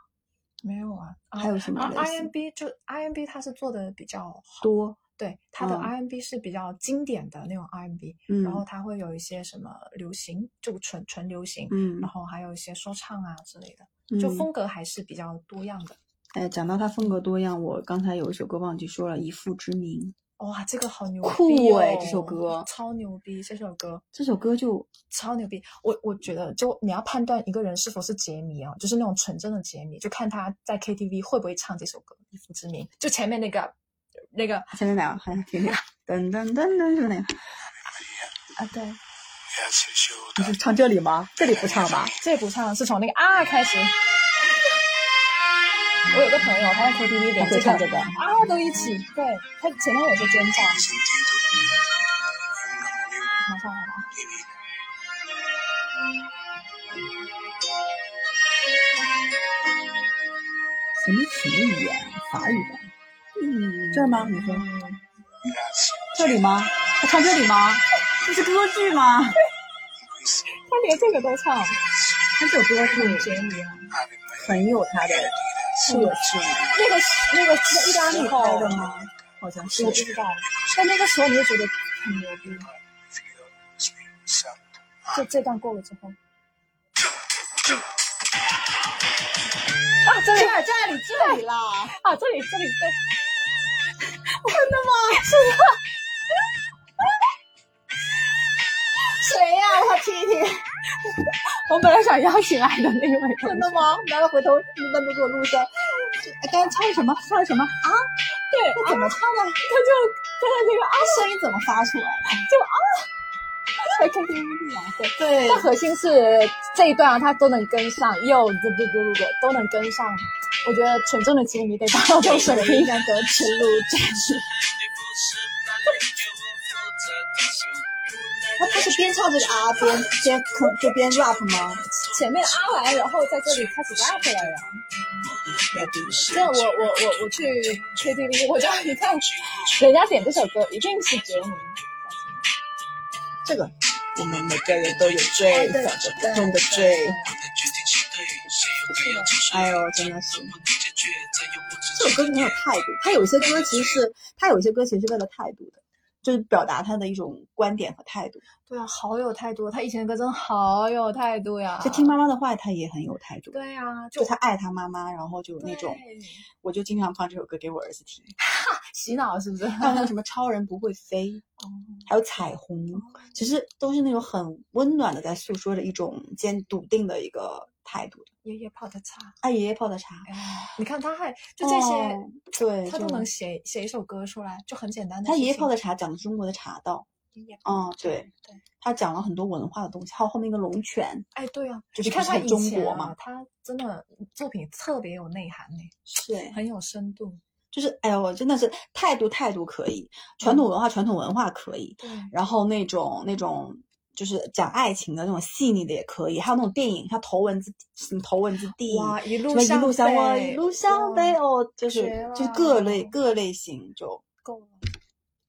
Speaker 4: 没有啊，啊
Speaker 3: 还有什么
Speaker 4: 啊
Speaker 3: 类型？
Speaker 4: ？RMB 就 RMB 它是做的比较好，
Speaker 3: 多，
Speaker 4: 对，它的
Speaker 3: 嗯
Speaker 4: RMB 是比较经典的那种 RMB，、
Speaker 3: 嗯
Speaker 4: 然后它会有一些什么流行，就纯纯流行，
Speaker 3: 嗯
Speaker 4: 然后还有一些说唱啊之类的，就
Speaker 3: 嗯
Speaker 4: 风格还是比较多样的。
Speaker 3: 哎，讲到他风格多样，我刚才有一首歌忘记说了，《以父之名》
Speaker 4: 哇，这个好牛
Speaker 3: 酷
Speaker 4: 逼哦！
Speaker 3: 哎这首歌
Speaker 4: 超牛逼，这首歌
Speaker 3: 这首歌就
Speaker 4: 超牛逼。我我觉得，就你要判断一个人是否是杰迷啊，就是那种纯正的杰迷，就看他在 KTV 会不会唱这首歌《以父之名》。就前面那个那个
Speaker 3: 前面哪个？好像听听，噔噔噔噔是那个。
Speaker 4: 啊，对，
Speaker 3: 你是唱这里吗？这里不唱吧？
Speaker 4: 这不唱是从那个啊开始。我有个朋友，他在 KTV 点
Speaker 3: 哦会
Speaker 4: 这
Speaker 3: 唱
Speaker 4: 个
Speaker 3: 这个
Speaker 4: 啊都一起，对他前面有个尖叫，马上来了。
Speaker 3: 什么什么语言？法语吧？嗯，这儿吗？你说这里吗？他唱这里吗？这是歌剧吗？
Speaker 4: 他连这个都唱，
Speaker 3: 他这首歌是很有他的特质，
Speaker 4: 那个是那个是意大利
Speaker 3: 拍的
Speaker 4: 的，
Speaker 3: 吗？好像是
Speaker 4: 我不知道。但那个时候你就觉得很牛逼，这这段过了之后，啊，这里
Speaker 3: 这里这里啦！
Speaker 4: 啊，这里这里对。
Speaker 3: 谁呀、我踢一踢！
Speaker 4: 我本来想邀请来的那位
Speaker 3: 真
Speaker 4: 同学，
Speaker 3: 的吗？难道回头单独给我录一下？哎刚才唱什么？唱什么啊？
Speaker 4: 对，
Speaker 3: 那怎么唱的？
Speaker 4: 他就他的那个啊，
Speaker 3: 啊声音怎么发出来的？
Speaker 4: 在 KTV 啊，对。
Speaker 3: 对
Speaker 4: 但核心是这一段啊，他都能跟上，又这这这这都能跟上。我觉得纯正的情迷得达到这种水平，应该得吃路战术。
Speaker 3: 那他是边唱这个啊边边就边 rap 吗？
Speaker 4: 前面阿来，然后在这里开始 rap 了呀。这我我我我去 KTV，我就一看人家点这首歌，一定是杰尼。
Speaker 3: 这个我们每个人都有罪，
Speaker 4: 对
Speaker 3: 犯着不同的罪。哎呦，真的是。这首歌很有态度，它有些歌其实是，它有些歌其实是为了态度的，就是表达他的一种观点和态度。
Speaker 4: 对啊，好有态度，他以前的歌真好有态度呀。
Speaker 3: 就听妈妈的话，他也很有态度。
Speaker 4: 对啊，
Speaker 3: 就
Speaker 4: 就
Speaker 3: 他爱他妈妈，然后就有那种，
Speaker 4: 对
Speaker 3: 我就经常放这首歌给我儿子听。
Speaker 4: 洗脑是不 是？
Speaker 3: 还有那个什么超人不会飞，还有彩虹，其实都是那种很温暖的，在诉说着一种坚笃定的一个态度。
Speaker 4: 爷爷泡的茶，
Speaker 3: 爱爷爷泡的茶，
Speaker 4: 哎，你看他还就这些，
Speaker 3: 哦对，
Speaker 4: 他都
Speaker 3: 就
Speaker 4: 能写写一首歌出来，就很简单的事
Speaker 3: 他
Speaker 4: 情。
Speaker 3: 爷爷泡的茶讲的是中国的茶道，
Speaker 4: 爷爷泡
Speaker 3: 嗯，
Speaker 4: 的
Speaker 3: 对，
Speaker 4: 对，
Speaker 3: 他讲了很多文化的东西，还有后面一个龙泉，
Speaker 4: 哎，对啊，
Speaker 3: 就是
Speaker 4: 你看
Speaker 3: 不是
Speaker 4: 他
Speaker 3: 很
Speaker 4: 以
Speaker 3: 中
Speaker 4: 前
Speaker 3: 国
Speaker 4: 啊
Speaker 3: 嘛
Speaker 4: 他真的作品特别有内涵呢，
Speaker 3: 是哎
Speaker 4: 很有深度。
Speaker 3: 就是哎呦，我真的是态度态度可以，
Speaker 4: 嗯
Speaker 3: 传统文化传统文化可以，
Speaker 4: 对，
Speaker 3: 然后那种那种就是讲爱情的那种细腻的也可以，还有那种电影，像头文字什么头文字 D，
Speaker 4: 哇，一
Speaker 3: 什
Speaker 4: 路
Speaker 3: 么一路相望，
Speaker 4: 飞
Speaker 3: 一路相
Speaker 4: 哇
Speaker 3: 飞哦，就是
Speaker 4: 绝
Speaker 3: 就是
Speaker 4: 了
Speaker 3: 各类各类型就
Speaker 4: 够了。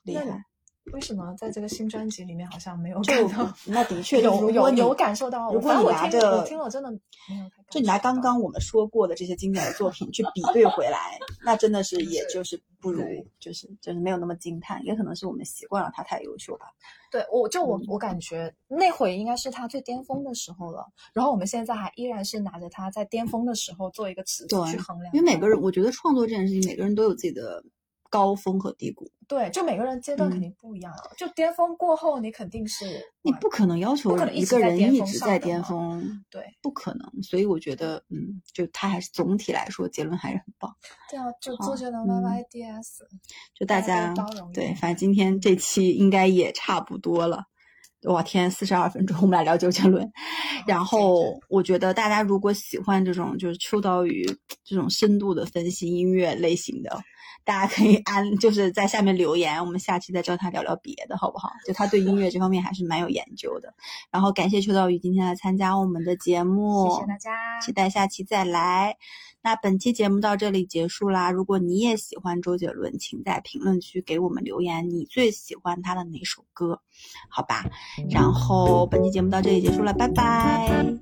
Speaker 3: 厉
Speaker 4: 那
Speaker 3: 害，
Speaker 4: 为什么在这个新专辑里面好像没有
Speaker 3: 就
Speaker 4: 感到？
Speaker 3: 那的确就是如
Speaker 4: 有
Speaker 3: 果
Speaker 4: 有
Speaker 3: 你
Speaker 4: 有感受到，
Speaker 3: 如果
Speaker 4: 反
Speaker 3: 你
Speaker 4: 正我
Speaker 3: 拿
Speaker 4: 听了
Speaker 3: 着
Speaker 4: 我听了真的没有太感
Speaker 3: 就你拿
Speaker 4: 受到
Speaker 3: 刚刚我们说过的这些经典的作品去比对回来，那真的是也就是不如
Speaker 4: 对，
Speaker 3: 就是就是没有那么惊叹，也可能是我们习惯了他太优秀吧。
Speaker 4: 对我就
Speaker 3: 嗯
Speaker 4: 我我感觉那会应该是他最巅峰的时候了，然后我们现在还依然是拿着他在巅峰的时候做一个尺度
Speaker 3: 对
Speaker 4: 去衡量，
Speaker 3: 因为每个人，我觉得创作这件事情，每个人都有自己的高峰和低谷，
Speaker 4: 对，就每个人阶段肯定不一样啊，就巅峰过后你肯定是
Speaker 3: 嗯你不可能要求
Speaker 4: 不可能一
Speaker 3: 一
Speaker 4: 直
Speaker 3: 个
Speaker 4: 在
Speaker 3: 人
Speaker 4: 巅
Speaker 3: 一
Speaker 4: 峰
Speaker 3: 直
Speaker 4: 上
Speaker 3: 在
Speaker 4: 的
Speaker 3: 巅
Speaker 4: 嘛
Speaker 3: 峰，
Speaker 4: 对
Speaker 3: 不可能。所以我觉得，嗯，就他还是总体来说结论还是很棒。
Speaker 4: 对啊，就周杰伦
Speaker 3: 嗯
Speaker 4: YYDS，、
Speaker 3: 就大
Speaker 4: 大家
Speaker 3: 家
Speaker 4: 都包容一
Speaker 3: 对，
Speaker 4: 点
Speaker 3: 反正今天这期应该也差不多了。哇天，四十二分钟，我们俩聊周杰伦。
Speaker 4: 哦
Speaker 3: 然后我觉得大家如果喜欢这种就是秋刀鱼这种深度的分析音乐类型的，大家可以按就是在下面留言，我们下期再找他聊聊别的，好不好？就他对音乐这方面还是蛮有研究的。然后感谢秋刀鱼今天来参加我们的节目，
Speaker 4: 谢谢大家，
Speaker 3: 期待下期再来。那本期节目到这里结束啦。如果你也喜欢周杰伦，请在评论区给我们留言，你最喜欢他的哪首歌？好吧，然后本期节目到这里结束了，拜拜。